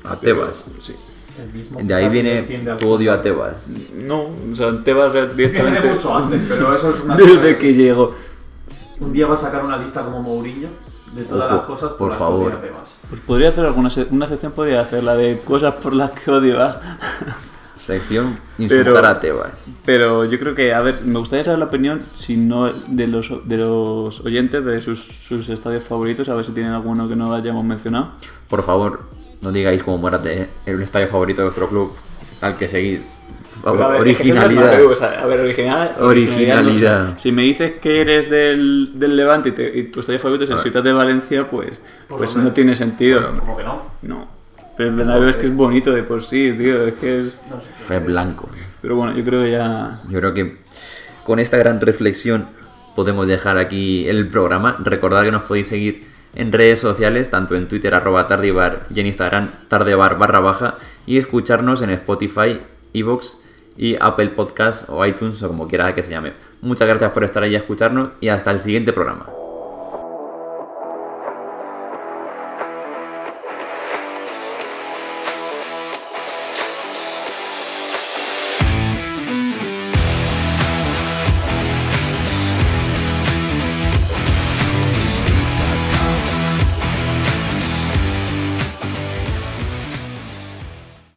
S1: a Tebas.
S2: Sí.
S3: El mismo
S1: De ahí
S3: casi
S1: viene
S3: desciende al-
S1: tu odio a Tebas.
S2: No, o sea, te vas
S3: Que viene
S2: directamente.
S3: mucho
S2: (laughs)
S3: antes,
S1: (laughs)
S3: pero eso es una.
S2: Desde que llegó.
S3: Un día va a sacar una lista como Mourinho de todas
S1: Ojo,
S3: las cosas
S1: por
S3: las
S1: favor.
S3: que te vas.
S2: Pues podría hacer alguna se- una sección, podría hacer la de cosas por las que odio a. (laughs)
S1: Sección insultar
S2: Pero-
S1: a Tebas.
S2: Pero yo creo que, a ver, me gustaría saber la opinión, si no de los, de los oyentes, de sus, sus estadios favoritos, a ver si tienen alguno que no hayamos mencionado.
S1: Por favor, no digáis como Morate es un estadio favorito de vuestro club al que seguís. Originalidad.
S2: a ver, originalidad.
S1: Originalidad.
S2: no, o sea, si me dices que eres del, del Levante y, te- y tu estadio favorito es el Ciudad de Valencia, pues,
S3: Por
S2: pues
S3: lo menos.
S2: no tiene sentido.
S3: Como que no.
S2: No. Pero el Bernabéu es que es bonito de por sí, tío. Es que es...
S3: No sé.
S1: Fe blanco.
S2: Pero bueno, yo creo que ya...
S1: Yo creo que con esta gran reflexión podemos dejar aquí el programa. Recordad que nos podéis seguir en redes sociales, tanto en Twitter arroba tardibar y en Instagram tardebar barra baja y escucharnos en Spotify, Evox y Apple Podcast o iTunes o como quiera que se llame. Muchas gracias por estar ahí a escucharnos y hasta el siguiente programa.